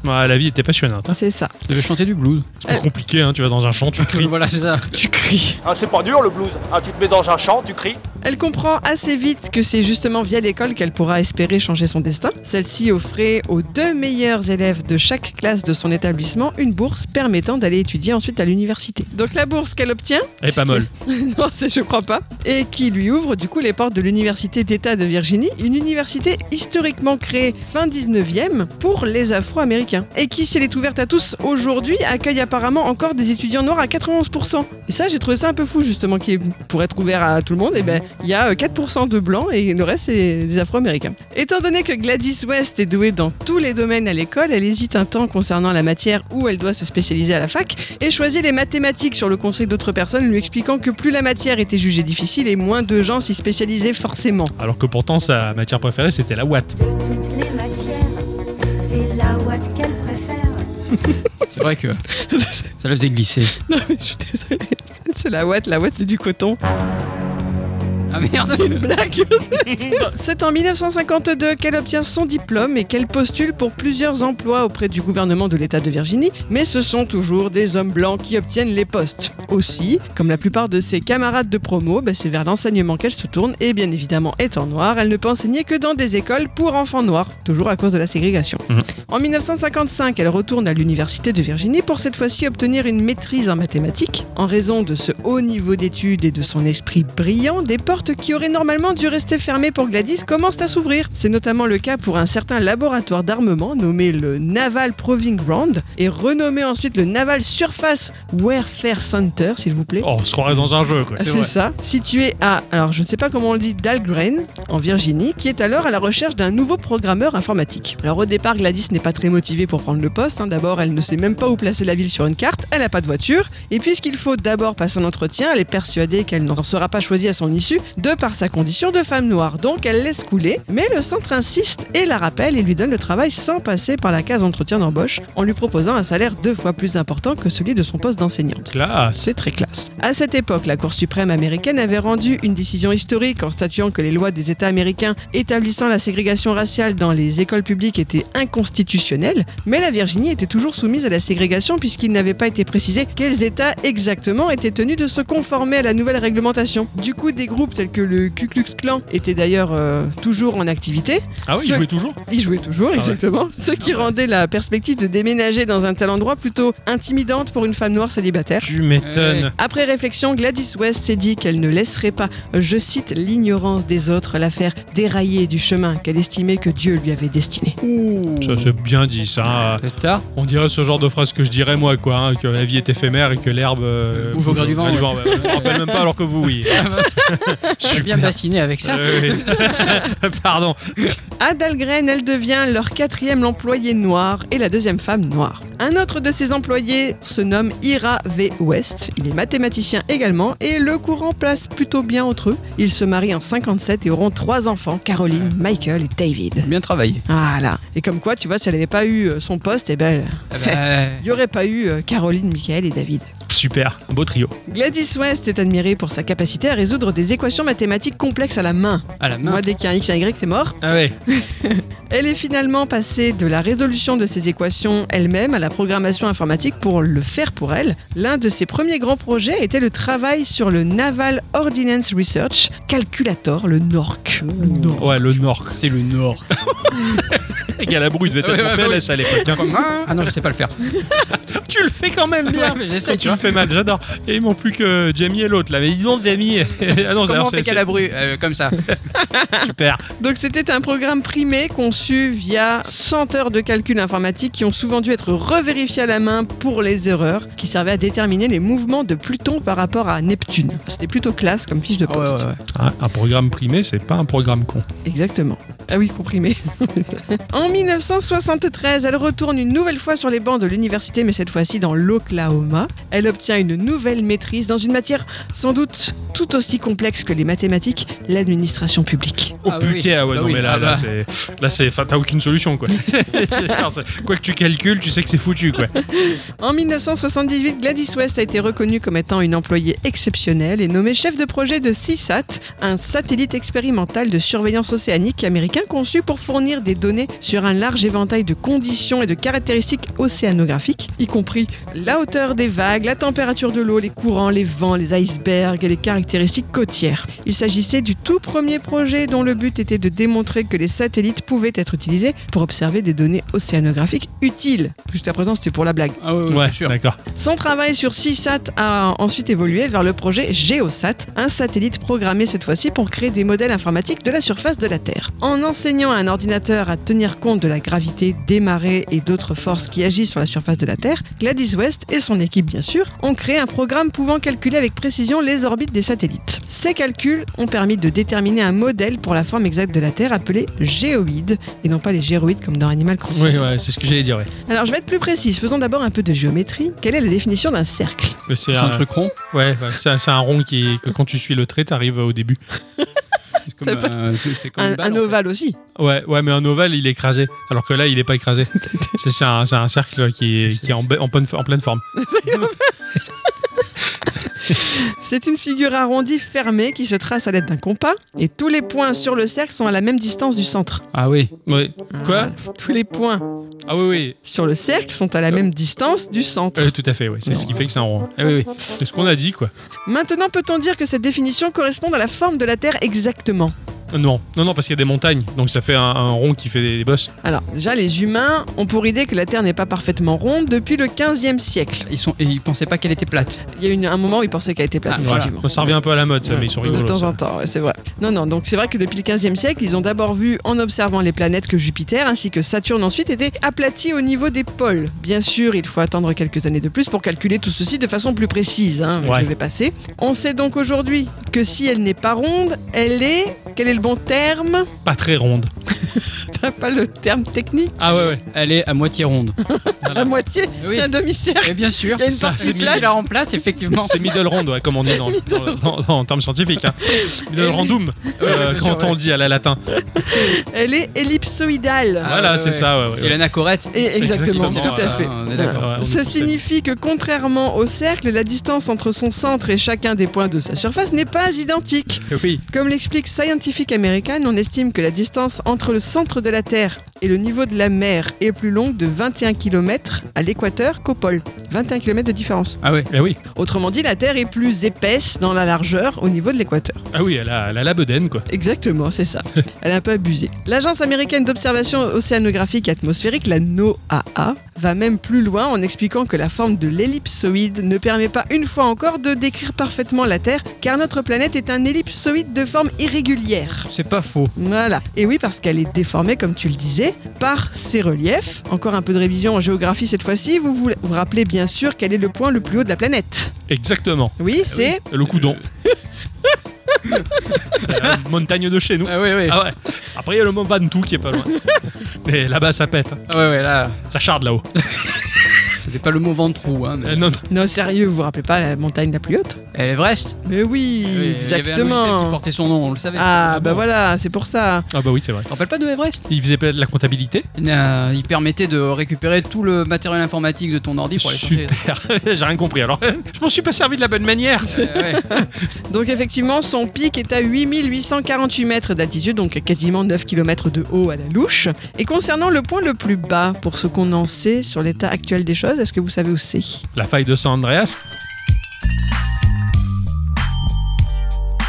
C: Voilà,
E: la vie était passionnante. hein.
C: c'est ça.
F: Je vais chanter du blues.
E: C'est pas compliqué, hein. tu vas dans un champ, tu cries.
F: voilà, c'est ça.
C: Tu cries.
G: Ah, c'est pas dur le blues. Ah, tu te mets dans un champ, tu cries.
C: Elle comprend assez vite que c'est justement via l'école qu'elle pourra espérer changer son destin. Celle-ci offrait aux deux meilleurs élèves de chaque classe de son établissement une bourse permettant d'aller étudier ensuite à l'université. Donc la bourse qu'elle obtient,
E: Elle est pas
C: ce qui-
E: molle.
C: non, c'est- je crois pas, et qui lui ouvre du coup les portes de l'université d'État de Virginie, une université historiquement créée fin 19e pour les Afro-Américains, et qui, si elle est ouverte à tous aujourd'hui, accueille apparemment encore des étudiants noirs à 91%. Et ça, j'ai trouvé ça un peu fou justement, qui est- pour être ouvert à tout le monde, et ben il y a euh, 4% de blancs et le reste c'est des Afro-Américains. Étant donné que Gladys West est douée dans tous les domaines à l'école, elle hésite un temps concernant la matière où elle doit se spécialiser à la fac et choisit les mathématiques sur le conseil d'autres personnes, lui expliquant que plus la matière était jugée difficile et moins de gens s'y spécialisaient forcément.
E: Alors que pourtant, sa matière préférée, c'était la Watt.
H: De toutes les matières, c'est la Watt qu'elle préfère.
F: C'est vrai que ça la faisait glisser.
C: non mais je suis désolée. C'est la ouate, la ouate c'est du coton.
F: Ah merde
C: blague. C'est en 1952 qu'elle obtient son diplôme et qu'elle postule pour plusieurs emplois auprès du gouvernement de l'État de Virginie, mais ce sont toujours des hommes blancs qui obtiennent les postes. Aussi, comme la plupart de ses camarades de promo, bah, c'est vers l'enseignement qu'elle se tourne et bien évidemment étant noire, elle ne peut enseigner que dans des écoles pour enfants noirs, toujours à cause de la ségrégation. En 1955, elle retourne à l'université de Virginie pour cette fois-ci obtenir une maîtrise en mathématiques. En raison de ce haut niveau d'études et de son esprit brillant, des portes qui auraient normalement dû rester fermées pour Gladys commencent à s'ouvrir. C'est notamment le cas pour un certain laboratoire d'armement nommé le Naval Proving Ground et renommé ensuite le Naval Surface Warfare Center, s'il vous plaît.
E: Oh, on se croirait dans un jeu, quoi.
C: Ah, C'est ça. Situé à, alors je ne sais pas comment on le dit, Dalgrain, en Virginie, qui est alors à la recherche d'un nouveau programmeur informatique. Alors au départ, Gladys n'est pas très motivée pour prendre le poste. hein. D'abord, elle ne sait même pas où placer la ville sur une carte, elle n'a pas de voiture. Et puisqu'il faut d'abord passer un entretien, elle est persuadée qu'elle n'en sera pas choisie à son issue, de par sa condition de femme noire. Donc elle laisse couler, mais le centre insiste et la rappelle et lui donne le travail sans passer par la case entretien d'embauche, en lui proposant un salaire deux fois plus important que celui de son poste d'enseignante.
E: Classe.
C: C'est très classe. À cette époque, la Cour suprême américaine avait rendu une décision historique en statuant que les lois des États américains établissant la ségrégation raciale dans les écoles publiques étaient inconstitutionnelles, mais la Virginie était toujours soumise à la ségrégation puisqu'il n'avait pas été précisé quels États exactement étaient tenus de se conformer à la nouvelle réglementation. Du coup, des groupes tels que le Ku Klux Klan étaient d'ailleurs euh, toujours en activité,
E: Ah oui,
C: Ce-
E: il jouait toujours
C: il jouait toujours,
E: Ah ouais.
C: exactement. Ce qui rendait la perspective de déménager dans un tel endroit plutôt intimidante pour une femme noire célibataire.
E: Tu m'étonnes.
C: Après réflexion, Gladys West s'est dit qu'elle ne laisserait pas, je cite, l'ignorance des autres la faire dérailler du chemin qu'elle estimait que Dieu lui avait destiné.
F: Euh.
E: Ça, c'est bien dit, ça.
F: C'est tard.
E: On dirait ce genre de phrase que je dirais, moi, quoi. hein, que la vie est éphémère et que l'herbe. euh,
F: Bouge au gré du vent, Ah,
E: ouais. ouais. Je me rappelle même pas, alors que vous, oui. Super.
F: bah, bien bassiné avec ça.
E: Euh, oui. Pardon.
C: Adalgren, elle devient leur quatrième employée noire et la deuxième femme noire. Un autre de ses employés se nomme Ira V. West. Il est mathématicien également et le courant place plutôt bien entre eux. Ils se marient en 57 et auront trois enfants, Caroline, Michael et David.
F: Bien travaillé.
C: Ah là Et comme quoi, tu vois, si elle n'avait pas eu euh, son poste, eh ben,
F: Ah bah,
C: il n'y aurait pas eu euh, Caroline, Michael et David.
E: Super. Un beau trio.
C: Gladys West est admirée pour sa capacité à résoudre des équations mathématiques complexes à la main.
F: à la main.
C: Moi, dès qu'il y a un X, un Y, c'est mort.
E: Ah ouais.
C: Elle est finalement passée de la résolution de ces équations elle-même à la programmation informatique pour le faire pour elle. L'un de ses premiers grands projets était le travail sur le Naval Ordnance Research Calculator, le NORC.
E: Ouais, le Nord.
F: C'est le Nord.
E: Galabrou, il devait être
F: Ouais, bah ouais,
E: en PLS à l'époque. hein.
F: ah non, je sais pas le faire.
E: Tu le fais quand même bien.
F: Ouais, mais
E: Quand
F: j'essaie,
E: tu le fais mal, j'adore. Et ils m'ont plus que Jamie et l'autre là. Mais dis donc, Jamie. ah non,
F: Comment
E: d'ailleurs,
F: on
E: c'est
F: fait Calabru Euh, Comme ça.
E: c'est super.
C: Donc c'était un programme primé conçu via 100 heures de calcul informatique qui ont souvent dû être revérifiées à la main pour les erreurs, qui servaient à déterminer les mouvements de Pluton par rapport à Neptune. C'était plutôt classe comme fiche de
F: Ah ouais,
C: poste.
F: ouais, ouais.
E: Ah, un programme primé, c'est pas un programme con.
C: Exactement. Ah oui, comprimé. en 1973, elle retourne une nouvelle fois sur les bancs de l'université, mais cette fois-ci dans l'Oklahoma. Elle obtient une nouvelle maîtrise dans une matière sans doute tout aussi complexe que les mathématiques, l'administration publique.
E: Oh
F: Ah oui.
E: putain, ah ouais,
F: Bah
E: non
F: oui.
E: mais là,
F: Ah
E: là
F: bah.
E: c'est, là c'est, enfin, t'as aucune solution quoi. C'est- quoi que tu calcules, tu sais que c'est foutu quoi.
C: En 1978, Gladys West a été reconnue comme étant une employée exceptionnelle et nommée chef de projet de CSAT, un satellite expérimental de surveillance océanique américain conçu pour fournir des données sur un large éventail de conditions et de caractéristiques océanographiques, y compris la hauteur des vagues, la température de l'eau, les courants, les vents, les icebergs et les caractéristiques côtières. Il s'agissait du tout premier projet dont le but était de démontrer que les satellites pouvaient être utilisés pour observer des données océanographiques utiles. Jusqu'à présent, c'était pour la blague.
F: Ah ouais, ouais,
E: Ouais,
F: bien sûr.
E: d'accord.
C: Son travail sur CSAT a ensuite évolué vers le projet GeoSat, un satellite programmé cette fois-ci pour créer des modèles informatiques de la surface de la Terre. En enseignant à un ordinateur à tenir compte de la gravité, des marées et d'autres forces qui agissent sur la surface de la Terre, Gladys West et son équipe bien sûr ont créé un programme pouvant calculer avec précision les orbites des satellites. Ces calculs ont permis de déterminer un modèle pour la forme exacte de la Terre appelé géoïde, et non pas les géroïdes comme dans Animal Crossing.
E: Oui, ouais, c'est ce que j'allais dire. Ouais.
C: Alors je vais être plus précise, faisons d'abord un peu de géométrie. Quelle est la définition d'un cercle
E: Mais C'est
F: C'est
E: un
F: un truc rond.
E: Ouais, ouais, c'est, un- c'est un rond qui, que quand tu suis le trait, t'arrives au début.
F: C'est comme, euh, c'est- c'est comme
C: un,
F: une balle,
C: un
F: en fait.
C: ovale aussi.
E: Ouais, ouais, mais un ovale, il est écrasé. Alors que là, il est pas écrasé. c'est, c'est un, c'est un cercle qui, est- qui est en, be- en, pleine, en pleine forme.
C: C'est une figure arrondie fermée qui se trace à l'aide d'un compas et tous les points sur le cercle sont à la même distance du centre.
F: Ah oui.
E: Ouais. Quoi
C: Ah, Tous les points
E: Ah oui, oui.
C: sur le cercle sont à la même distance du centre.
E: Euh, tout à fait, ouais. C'est ce qui fait que c'est un rond.
F: Ah oui, oui.
E: C'est ce qu'on a dit quoi.
C: Maintenant, peut-on dire que cette définition correspond à la forme de la Terre exactement
E: Euh, Non, non, non, parce qu'il y a des montagnes, donc ça fait un, un rond qui fait des, des bosses.
C: Alors, déjà, les humains ont pour idée que la Terre n'est pas parfaitement ronde depuis le 15e siècle.
F: Ils, sont, et ils pensaient pas qu'elle était plate.
C: Il y a eu une- un moment où ils pensaient qu'elle était plate,
F: Ah,
E: Voilà.
C: effectivement.
E: Ça revient un peu à la mode, ça, mais ils sont
C: De
E: rigolos.
C: temps
E: ça.
C: en temps, ouais, c'est vrai. Non, non, donc c'est vrai que depuis le 15e siècle, ils ont d'abord vu en observant les planètes que Jupiter ainsi que Saturne ensuite étaient aplatis au niveau des pôles. Bien sûr, il faut attendre quelques années de plus pour calculer tout ceci de façon plus précise. hein,
E: Ouais.
C: Je vais passer. On sait donc aujourd'hui que si elle n'est pas ronde, elle est. Quel est le bon terme
E: Pas très ronde.
C: T'as pas le terme technique
E: Ah ouais, ouais.
F: Elle est à moitié ronde.
C: La moitié,
F: Ah, Oui.
C: c'est un demi-cercle.
F: Et bien sûr.
C: Il y a une
F: c'est ça,
C: partie
F: c'est
C: plate.
F: Mickey la remplace, effectivement.
E: C'est middle round, ouais, comme on dit dans, dans- dans- dans- en termes scientifiques. hein. Middle random, euh,
F: bien sûr,
E: quand on
F: ouais.
E: le dit à la latin.
C: Elle est ellipsoïdale.
F: Ah,
E: voilà,
F: ouais,
E: c'est
F: ouais.
E: ça, ouais. ouais,
F: Et
E: ouais.
F: la Corrette.
C: Et exactement,
E: Exactement,
C: tout à
E: ouais.
C: fait.
F: Ah, on est
C: Voilà.
F: d'accord.
E: Ouais, on est
C: Ça
E: pour
C: signifie que contrairement au cercle, la distance entre son centre et chacun des points de sa surface n'est pas identique.
E: Oui,
C: Comme l'explique Scientific American, on estime que la distance entre le centre de la Terre et le niveau de la mer est plus longue de 21 km à l'équateur qu'au pôle. 21 km de différence.
F: Ah oui.
E: eh oui.
C: Autrement dit, la Terre est plus épaisse dans la largeur au niveau de l'équateur.
E: Ah oui, elle a, elle a la bedaine, quoi.
C: Exactement, c'est ça. Elle a un peu abusé. L'Agence américaine d'observation océanographique et atmosphérique, la NOAA, va même plus loin en expliquant que la forme de l'ellipsoïde ne permet pas une fois encore de décrire parfaitement la Terre, car notre planète est un ellipsoïde de forme irrégulière.
F: C'est pas faux.
C: Voilà. Et oui, parce qu'elle est déformée, comme tu le disais, par ses reliefs. Encore un peu de révision en géographie cette fois-ci. Vous vous vous rappelez bien sûr
F: Ah
C: quel est le point le plus haut de la planète.
E: Exactement.
C: Oui, c'est
E: Le coudon. la montagne de chez nous.
F: Ah oui, oui.
E: Ah ouais. Après, il y a le mont Ventoux qui est pas loin. Mais là-bas, ça pète. hein.
F: Ah ouais, ouais, là,
E: Ça charde là-haut.
F: c'était pas le mot ventrou, hein.
E: Euh,
F: Mais...
E: non, non.
C: Non, sérieux, vous vous rappelez pas la montagne la plus haute
F: Euh, Everest
C: Mais oui,
F: Oui, Il y avait un logiciel qui
C: exactement.
F: portait son nom, on le savait.
C: Ah, bah
F: bon.
C: voilà, c'est pour ça.
E: Ah bah oui, c'est vrai.
F: Tu te rappelles pas de Everest
E: Il faisait peut-être de la comptabilité.
F: Euh, Il permettait de récupérer tout le matériel informatique de ton ordi pour aller chercher.
E: Super. J'ai rien compris. Alors, je m'en suis pas servi de la bonne manière.
F: Euh, ouais.
C: Donc effectivement, son pic est à 8848 mètres d'altitude, donc à quasiment 9 km de haut à la louche. Et concernant le point le plus bas, pour ce qu'on en sait sur l'état actuel des choses, est-ce que vous savez où c'est
E: La faille de San Andreas.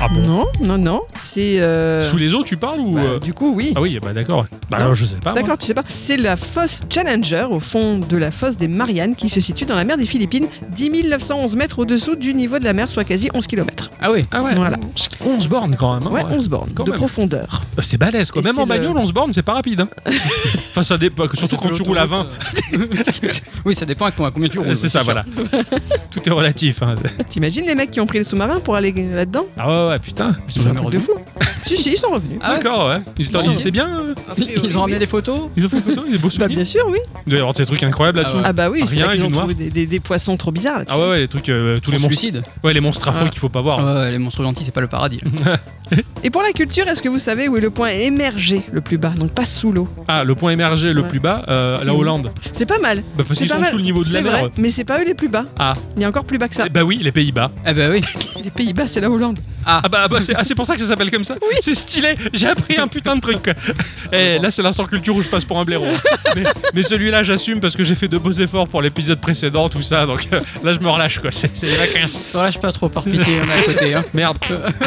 E: Ah bon.
C: Non, non, non. C'est... euh,
E: Sous les eaux, tu parles ou
C: bah,
E: euh,
C: du coup, oui.
E: Ah oui, bah d'accord. Bah alors, je sais pas. moi.
C: D'accord, tu sais pas. C'est la fosse Challenger, au fond de la fosse des Mariannes, qui se situe dans la mer des Philippines, 10 911 mètres au-dessous du niveau de la mer, soit quasi 11 km.
F: Ah oui.
E: Ah ouais.
C: Voilà.
E: 11 bornes quand même. hein,
C: Ouais,
E: ouais.
C: 11 bornes
E: Quand
C: de
E: même.
C: profondeur.
E: Bah, C'est balèze quoi.
C: Et
E: Même
C: c'est
E: en
C: le-
E: bagnole, 11 bornes, c'est pas rapide. hein. enfin, ça dépend. Surtout
F: C'était
E: quand tu roules à 20.
F: l'autoroute, euh. oui, ça dépend à combien tu roules.
E: C'est ça,
F: sûr.
E: voilà. Tout est relatif. hein.
C: T'imagines les mecs qui ont pris le sous-marin pour aller là-dedans
E: Ah ouais, ouais, putain.
F: Ils sont jamais
C: De
F: revenus.
C: fou. si, si, ils sont revenus.
F: Ah ouais
E: D'accord, ouais. Ils étaient- ils étaient bien. euh,
F: Ils ont ramené des photos
E: Ils ont fait une photo, ils ont des beaux
C: Bah,
E: souvenirs.
C: bien sûr, oui.
E: Il doit y avoir des trucs incroyables
F: Ah
E: là-dessous.
F: ouais.
C: Ah bah oui,
E: Rien
C: c'est vrai qu'ils
E: et
C: ont
E: du noir.
C: trouvé des, des- des poissons trop bizarres.
E: Ah ouais, ouais, les trucs, euh, tous les
F: Son
E: monstres. Oh.
F: suicide.
E: Ouais, les monstres à fond
F: Ah.
E: qu'il faut pas voir.
F: Ouais, les monstres gentils, c'est pas le paradis. là.
C: Et pour la culture, est-ce que vous savez où est le point émergé le plus bas, donc pas sous l'eau
E: Ah, le point émergé le
C: Ouais.
E: plus bas, euh,
C: C'est
E: la
C: où
E: Hollande.
C: C'est pas mal.
E: Bah, parce
C: C'est
E: qu'ils
C: pas
E: sont
C: mal.
E: sous le niveau de la
C: C'est
E: mer.
C: vrai,
E: eux.
C: mais c'est pas eux les plus bas.
E: Ah.
C: Il y a encore plus bas que ça.
E: Eh Bah oui, les Pays-Bas.
F: Ah bah oui.
C: Les Pays-Bas, c'est la Hollande.
E: Ah bah, ah bah, c'est ah, c'est pour ça que ça s'appelle comme ça. Oui. C'est stylé. J'ai appris un putain de truc. quoi. Eh, là, c'est l'instant culture où je passe pour un blaireau. hein. mais mais celui-là, j'assume parce que j'ai fait de beaux efforts pour l'épisode précédent, tout ça. Donc euh, là, je me relâche quoi. C'est c'est les vacances.
F: Ça lâche pas trop par pitié, on est à côté. Hein.
E: Merde.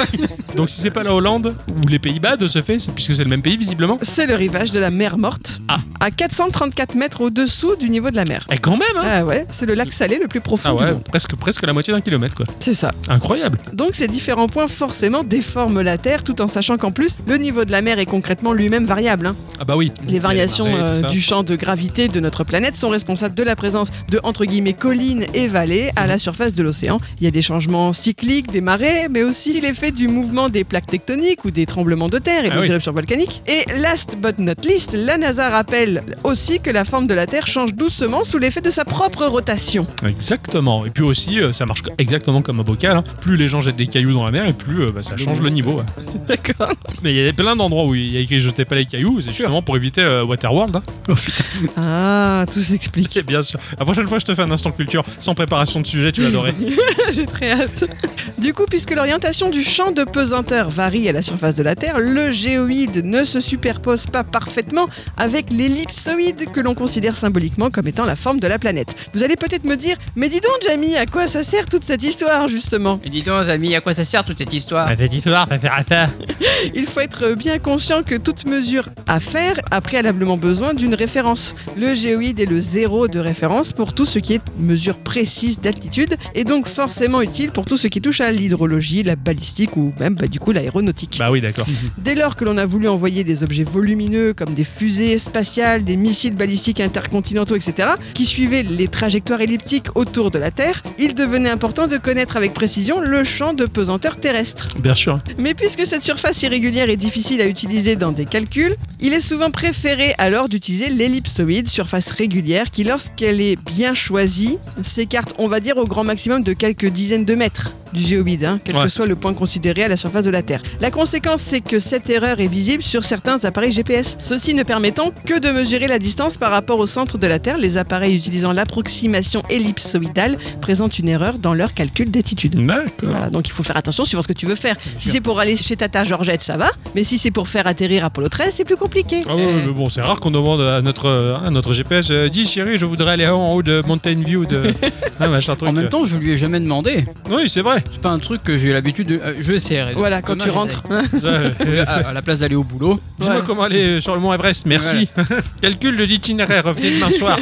E: donc si c'est pas la Hollande ou les Pays-Bas, de ce fait, c'est- puisque c'est le même pays visiblement.
C: C'est le rivage de la mer Morte,
E: Ah.
C: à 434 mètres au-dessous du niveau de la mer.
E: Eh quand même. Hein
C: Ah ouais, c'est le lac salé le plus profond
E: ah
C: du
E: ouais,
C: monde.
E: presque, presque la moitié d'un kilomètre quoi.
C: C'est ça.
E: Incroyable.
C: Donc ces différents points forcément déforment la Terre, tout en sachant qu'en plus, le niveau de la mer est concrètement lui-même variable. hein.
E: Ah bah oui.
C: Les variations
E: marées, tout
C: euh,
E: ça.
C: du champ de gravité de notre planète sont responsables de la présence de entre guillemets collines et vallées à la surface de l'océan. Il y a des changements cycliques des marées, mais aussi l'effet du mouvement des plaques tectoniques ou des tremblements de terre et
E: Ah
C: des
E: oui.
C: éruptions volcaniques. Et last but not least, la NASA rappelle aussi que la forme de la Terre change doucement sous l'effet de sa propre rotation.
E: Exactement. Et puis aussi, euh, ça marche exactement comme un bocal. hein. Plus les gens jettent des cailloux dans la mer, et plus euh, bah, ça change le niveau. ouais.
C: D'accord.
E: Mais il y a plein d'endroits où il y a écrit jetez pas les cailloux, c'est justement pour éviter euh, Waterworld. hein.
C: Ah, tout s'explique.
E: Ok, bien sûr. La prochaine fois, je te fais un instant culture sans préparation de sujet, tu vas adorer.
C: J'ai très hâte. Du coup, puisque l'orientation du champ de pesanteur varie à la surface de la Terre, le géoïde ne se superpose pas parfaitement avec l'ellipsoïde que l'on considère symboliquement comme étant la forme de la planète. Vous allez peut-être me dire, mais dis donc Jamie, à quoi ça sert toute cette histoire justement
F: Mais dis donc, amis, à quoi ça sert toute cette histoire
E: cette histoire, ça faire affaire.
C: Il faut être bien conscient que toute mesure à faire a préalablement besoin d'une référence. Le géoïde est le zéro de référence pour tout ce qui est mesure précise d'altitude et donc forcément utile pour tout ce qui touche à l'hydrologie, la balistique ou même bah, du coup l'aéronautique.
E: Bah oui, d'accord.
C: Dès lors que l'on a voulu envoyer des objets volumineux comme des fusées spatiales, des missiles balistiques intercontinentaux, etc., qui suivaient les trajectoires elliptiques autour de la Terre, il devenait important de connaître avec précision le champ de pesanteur terrestre.
E: Bien sûr.
C: Mais puisque cette surface irrégulière est difficile à utiliser dans des calculs, il est souvent préféré alors d'utiliser l'ellipsoïde, surface régulière, qui lorsqu'elle est bien choisie, s'écarte, on va dire, au grand maximum de quelques dizaines de mètres du géoïde, hein, quel
E: Ouais.
C: que soit le point considéré à la surface de la Terre. La conséquence, c'est que cette erreur est visible sur certains appareils GPS. Ceci ne permettant que de mesurer la distance par rapport au centre de la Terre, les appareils utilisant l'approximation ellipsoïdale présentent une erreur dans leur calcul d'altitude.
E: D'accord.
C: Voilà, donc il faut faire attention suivant ce que tu veux faire. Si c'est pour aller chez Tata Georgette, ça va. Mais si c'est pour faire atterrir Apollo 13, c'est plus compliqué.
E: Ah ouais, mais bon, c'est rare qu'on demande à notre, euh, à notre GPS euh, Dis chérie, je voudrais aller en haut de Mountain View de. Ah, machin truc.
F: En même temps, je lui ai jamais demandé.
E: Oui, c'est vrai.
F: C'est pas un truc que j'ai eu l'habitude de. euh, je essaierai.
C: Voilà, quand
F: Demain,
C: tu
F: j'essaie.
C: rentres.
E: Ça, euh,
F: À, à la place d'aller au boulot.
E: Dis-moi euh,
C: Ouais.
E: comment aller sur le mont Everest, merci. Calcul de l'itinéraire, revenez demain soir.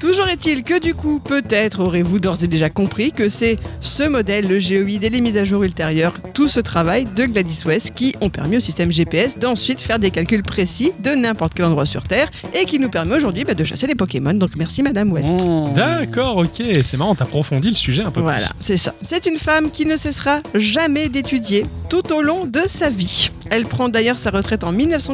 C: Toujours est-il que du coup, peut-être aurez-vous d'ores et déjà compris que c'est ce modèle, le géoïde et les mises à jour ultérieures, tout ce travail de Gladys West qui ont permis au système GPS d'ensuite faire des calculs précis de n'importe quel endroit sur Terre et qui nous permet aujourd'hui bah, de chasser les Pokémon. Donc merci Madame West.
F: Mmh.
E: D'accord, ok, c'est marrant, t'approfondis le sujet un peu
C: Voilà,
E: plus.
C: c'est ça. C'est une femme qui ne cessera jamais d'étudier tout au long de sa vie. Elle prend d'ailleurs sa retraite en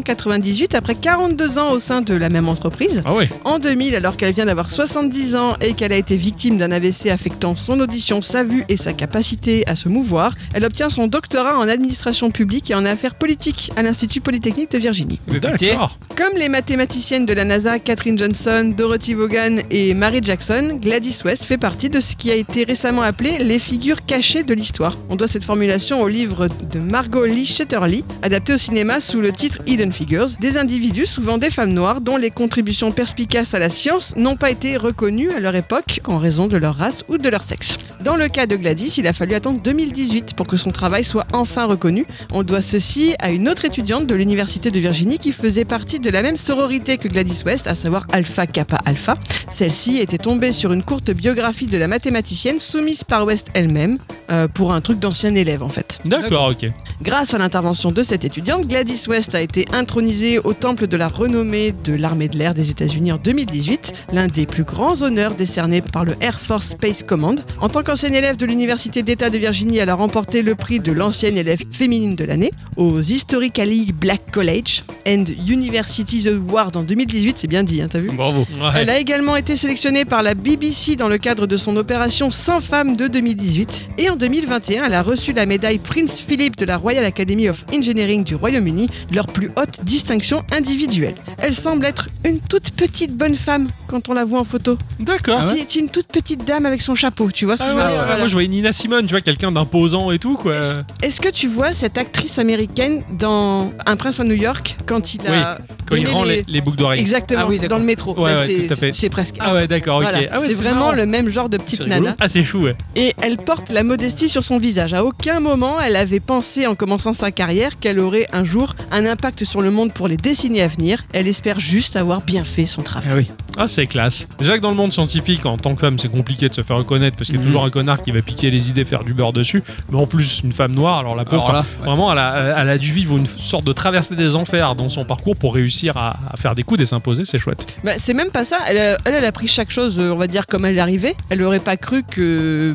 C: 1998 après 42 ans au sein de la même entreprise.
E: Ah ouais,
C: En 2000, alors qu'elle vient d'avoir 70 ans et qu'elle a été victime d'un AVC affectant son audition, sa vue et sa capacité à se mouvoir, elle obtient son doctorat en administration publique et en affaires politiques à l'Institut Polytechnique de Virginie.
E: d'accord.
C: Comme les mathématiciennes de la NASA Katherine Johnson, Dorothy Vaughan et Mary Jackson, Gladys West fait partie de ce qui a été récemment appelé les figures cachées de l'histoire. On doit cette formulation au livre de Margot Lee Shetterly, adapté au cinéma sous le titre Hidden Figures, des individus, souvent des femmes noires, dont les contributions perspicaces à la science n'ont pas été reconnues à leur époque qu'en raison de leur race ou de leur sexe. Dans le cas de Gladys, il a fallu attendre 2018 pour que son travail soit enfin reconnu, on doit ceci à une autre étudiante de l'université de Virginie qui faisait partie de la même sororité que Gladys West, à savoir Alpha Kappa Alpha. Celle-ci était tombée sur une courte biographie de la mathématicienne soumise par West elle-même euh, pour un truc d'ancien élève en fait.
E: D'accord, ok.
C: Grâce à l'intervention de cette étudiante, Gladys West a été intronisée au temple de la renommée de l'armée de l'air des États-Unis en 2018, l'un des plus grands honneurs décernés par le Air Force Space Command. En tant qu'ancienne élève de l'Université d'État de Virginie, elle a remporté le prix de l'ancienne élève féminine de l'année aux Historically Black College and Universities Award en 2018, c'est bien dit, hein, t'as vu
E: Bravo.
C: elle a également été sélectionnée par la BBC dans le cadre de son opération 100 femmes de 2018. Et en 2021, elle a reçu la médaille Prince Philip de la Royal Academy of Engineering du Royaume-Uni, leur plus haute distinction individuelle. Elle semble être une toute petite bonne femme quand on la voit en photo.
E: D'accord.
C: Qui est une toute petite dame avec son chapeau, tu vois ce que
E: Ah
C: je
E: ouais,
C: veux dire
E: ouais,
C: Voilà.
E: Moi je voyais Nina Simone, tu vois, quelqu'un d'imposant et tout quoi.
C: Est-ce que tu vois cette actrice américaine dans Un prince à New York quand il a.
E: Quand il
C: donné
E: rend
C: les-
E: les, les boucles d'oreilles.
C: Exactement,
F: Ah oui, d'accord.
C: dans le métro.
E: Ouais,
C: Bah,
E: ouais,
C: c'est-
E: tout à fait.
C: c'est presque.
E: Ah ouais, d'accord,
C: Voilà.
E: ok. Ah ouais,
C: c'est vraiment
E: marrant.
C: le même genre de
E: C'est
C: petite
E: rigolo.
C: nana.
E: Ah c'est chou, ouais.
C: Et elle porte la modestie sur son visage. À aucun moment, elle avait pensé en commençant sa carrière qu'elle aurait un jour un impact sur le monde pour les décennies à venir. Elle espère juste avoir bien fait son travail.
E: Ah, c'est classe. Déjà que dans le monde scientifique, en tant que femme, c'est compliqué de se faire reconnaître parce qu'il y a toujours un connard qui va piquer les idées, faire du beurre dessus. Mais en plus, une femme noire, alors la pauvre,
F: Alors là,
E: enfin, vraiment, elle a, elle a dû vivre une sorte de traversée des enfers dans son parcours pour réussir à, à faire des coudes et s'imposer. C'est chouette.
C: Bah, c'est même pas ça. Elle, a- elle, elle a pris chaque chose, euh, on va dire, comme elle est arrivée. Elle n'aurait pas cru que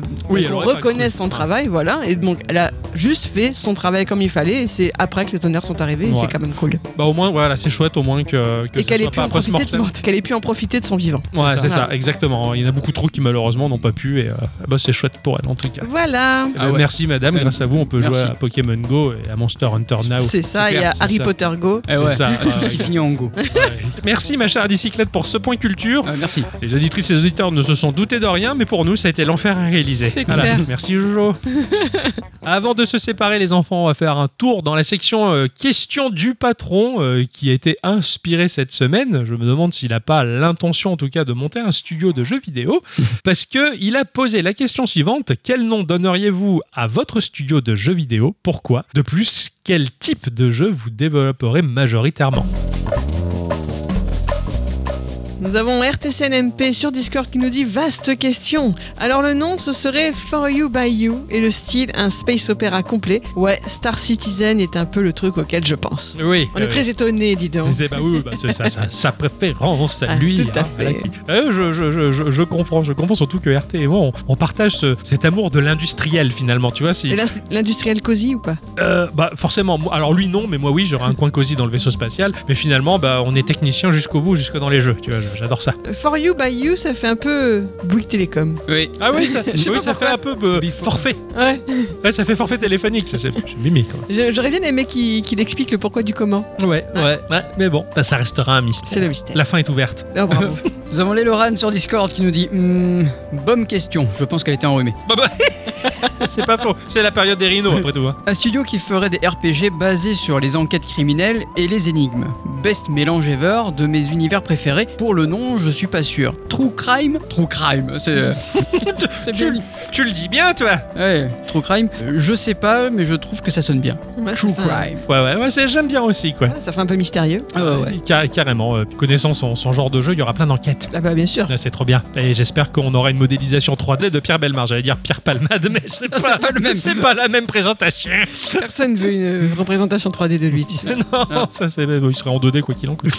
C: euh,
E: Oui, elle
C: qu'on
E: aurait pas
C: reconnaisse
E: cru.
C: son travail, voilà. Et donc, elle a juste fait son travail comme il fallait. Et c'est après que les honneurs sont arrivés. et
E: Ouais.
C: C'est quand même cool.
E: Bah, au moins, voilà, c'est chouette, au moins que, que
C: et
E: ça
C: qu'elle ait,
E: soit
C: pu
E: pas
C: en
E: après ce
C: profiter de-
E: mortem.
C: qu'elle ait pu en profiter de son vivant.
E: Ouais, c'est ça, Ah.
C: Voilà.
E: exactement. Il y en a beaucoup trop qui, malheureusement, n'ont pas pu. Et euh, bah, c'est chouette pour elle, en tout cas.
C: Voilà.
E: Eh ben,
F: Ah ouais.
E: Merci, madame. Grâce à vous, on peut
F: Merci.
E: jouer à Pokémon Go et à Monster Hunter Now.
C: C'est ça, il y a
E: Ah c'est
C: Harry
E: ça.
C: Potter Go.
F: Eh
E: C'est
F: ouais.
E: ça.
F: Tout ce qui finit en go.
E: Merci ma chère bicyclette pour ce point culture.
F: Ah, merci.
E: Les auditrices et les auditeurs ne se sont doutés de rien, mais pour nous, ça a été l'enfer à réaliser.
C: C'est clair.
E: Merci Jojo. Avant de se séparer, les enfants, on va faire un tour dans la section euh, questions du patron euh, qui a été inspirée cette semaine. Je me demande s'il n'a pas l'intention, en tout cas, de monter un studio de jeux vidéo, parce que il a posé la question suivante quel nom donneriez-vous à votre studio de jeux vidéo Pourquoi De plus, quel type de jeu vous développerez majoritairement
C: Nous avons RTCNMP sur Discord qui nous dit vaste question. Alors le nom ce serait For You by You et le style un space opéra complet. Ouais, Star Citizen est un peu le truc auquel je pense.
E: Oui.
C: On est très étonnés, dis donc.
E: C'est bah oui, oui, bah, c'est sa, sa- sa préférence à
C: Ah,
E: lui.
C: tout à
E: hein,
C: fait.
E: voilà qui- Euh, je, je- je- je- je comprends, je comprends surtout que RT et moi, on, on partage ce- cet amour de l'industriel finalement, tu vois. Si,
C: Et là, c'est l'industriel cosy ou pas
E: euh, bah, forcément, moi- alors lui non, mais moi oui, j'aurais un coin cosy dans le vaisseau spatial, mais finalement, bah, on est technicien jusqu'au bout, jusque dans les jeux, tu vois, j'adore ça.
C: For You by You, ça fait un peu Bouygues Télécom.
F: Oui.
E: Ah oui, ça,
C: Je sais
E: oui,
C: pas
E: ça fait un peu euh, forfait,
C: Ouais.
E: Ouais, ça fait forfait téléphonique, ça c'est c'est mimi quand même.
C: Je- J'aurais bien aimé qu'il qu'il explique le pourquoi du comment.
E: hein. Ouais, ouais, mais bon, bah, ça restera un mystère.
C: C'est le mystère.
E: La fin est ouverte.
C: Oh, bravo.
F: Nous avons les Loran sur Discord qui nous dit Hmm, Bonne question. Je pense qu'elle était enrhumée.
E: C'est pas faux. C'est la période des rhinos, après tout. hein.
F: Un studio qui ferait des RPG basés sur les enquêtes criminelles et les énigmes. Best mélange ever de mes univers préférés. Pour le nom, je suis pas sûr. True Crime True Crime, c'est. c'est bien dit.
E: Tu le dis bien, toi
F: Ouais, True Crime. Euh, Je sais pas, mais je trouve que ça sonne bien. Ah,
C: Ouais,
F: True
C: ça fait un-
F: Crime.
E: Ouais, ouais, ouais, c'est- j'aime bien aussi, quoi.
C: Ça fait un peu mystérieux.
F: Ah ouais, ouais.
E: Car- carrément, euh, connaissant son, son genre de jeu, il y aura plein d'enquêtes.
C: Ah bah bien sûr.
E: Ah, C'est trop bien. Et j'espère qu'on aura une modélisation 3D de Pierre Belmar. J'allais dire Pierre Palmade, mais c'est pas,
F: pas le même.
E: C'est pas la même présentation.
C: Personne veut une euh, représentation 3D de lui, tu sais.
E: non, ça c'est. Il serait en 2D quoi qu'il en coûte.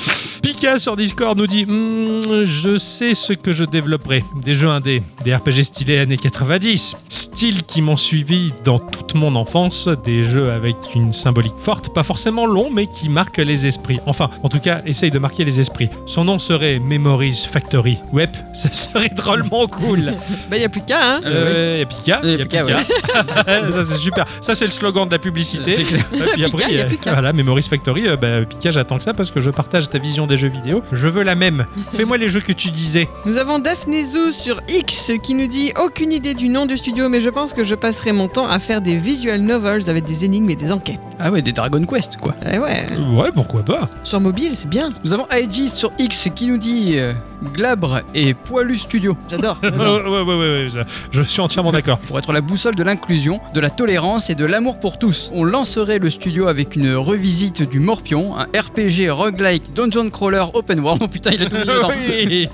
E: Pika sur Discord nous dit Hmm, Je sais ce que je développerai. Des jeux indés, des RPG stylés années 90. Styles qui m'ont suivi dans toute mon enfance. Des jeux avec une symbolique forte, pas forcément long, mais qui marquent les esprits. Enfin, en tout cas, essaye de marquer les esprits. Son nom serait Memories Factory. Web, ça serait drôlement cool.
C: Bah y a plus qu'à, hein.
E: Euh, Et Pika,
F: Et
E: y a
F: Pika,
E: Pika. ça c'est super. Ça c'est le slogan de la publicité.
F: C'est clair.
E: Et puis après,
C: Pika, y a
E: euh,
C: Pika.
E: voilà, Memories Factory, euh, bah, Pika, j'attends que ça parce que je partage ta vision des jeux vidéo. Je veux la même. Fais-moi les jeux que tu disais.
C: Nous avons Daphné Zou sur X qui nous dit aucune idée du nom du studio, mais je pense que je passerai mon temps à faire des visual novels avec des énigmes et des enquêtes.
F: Ah ouais, des Dragon Quest, quoi.
C: Eh ouais.
E: Ouais, pourquoi pas.
C: Sur mobile, c'est bien.
F: Nous avons IG sur X qui nous dit euh, Glabre et Poilu Studio.
C: J'adore.
E: Euh, ouais, ouais, ouais, ouais, ouais, ça, je suis entièrement d'accord.
F: pour être la boussole de l'inclusion, de la tolérance et de l'amour pour tous. On lancerait le studio avec une revisite du Morpion, un RPG roguelike dungeon crawler open world. Oh putain, il a tout mis dedans.
E: Oui.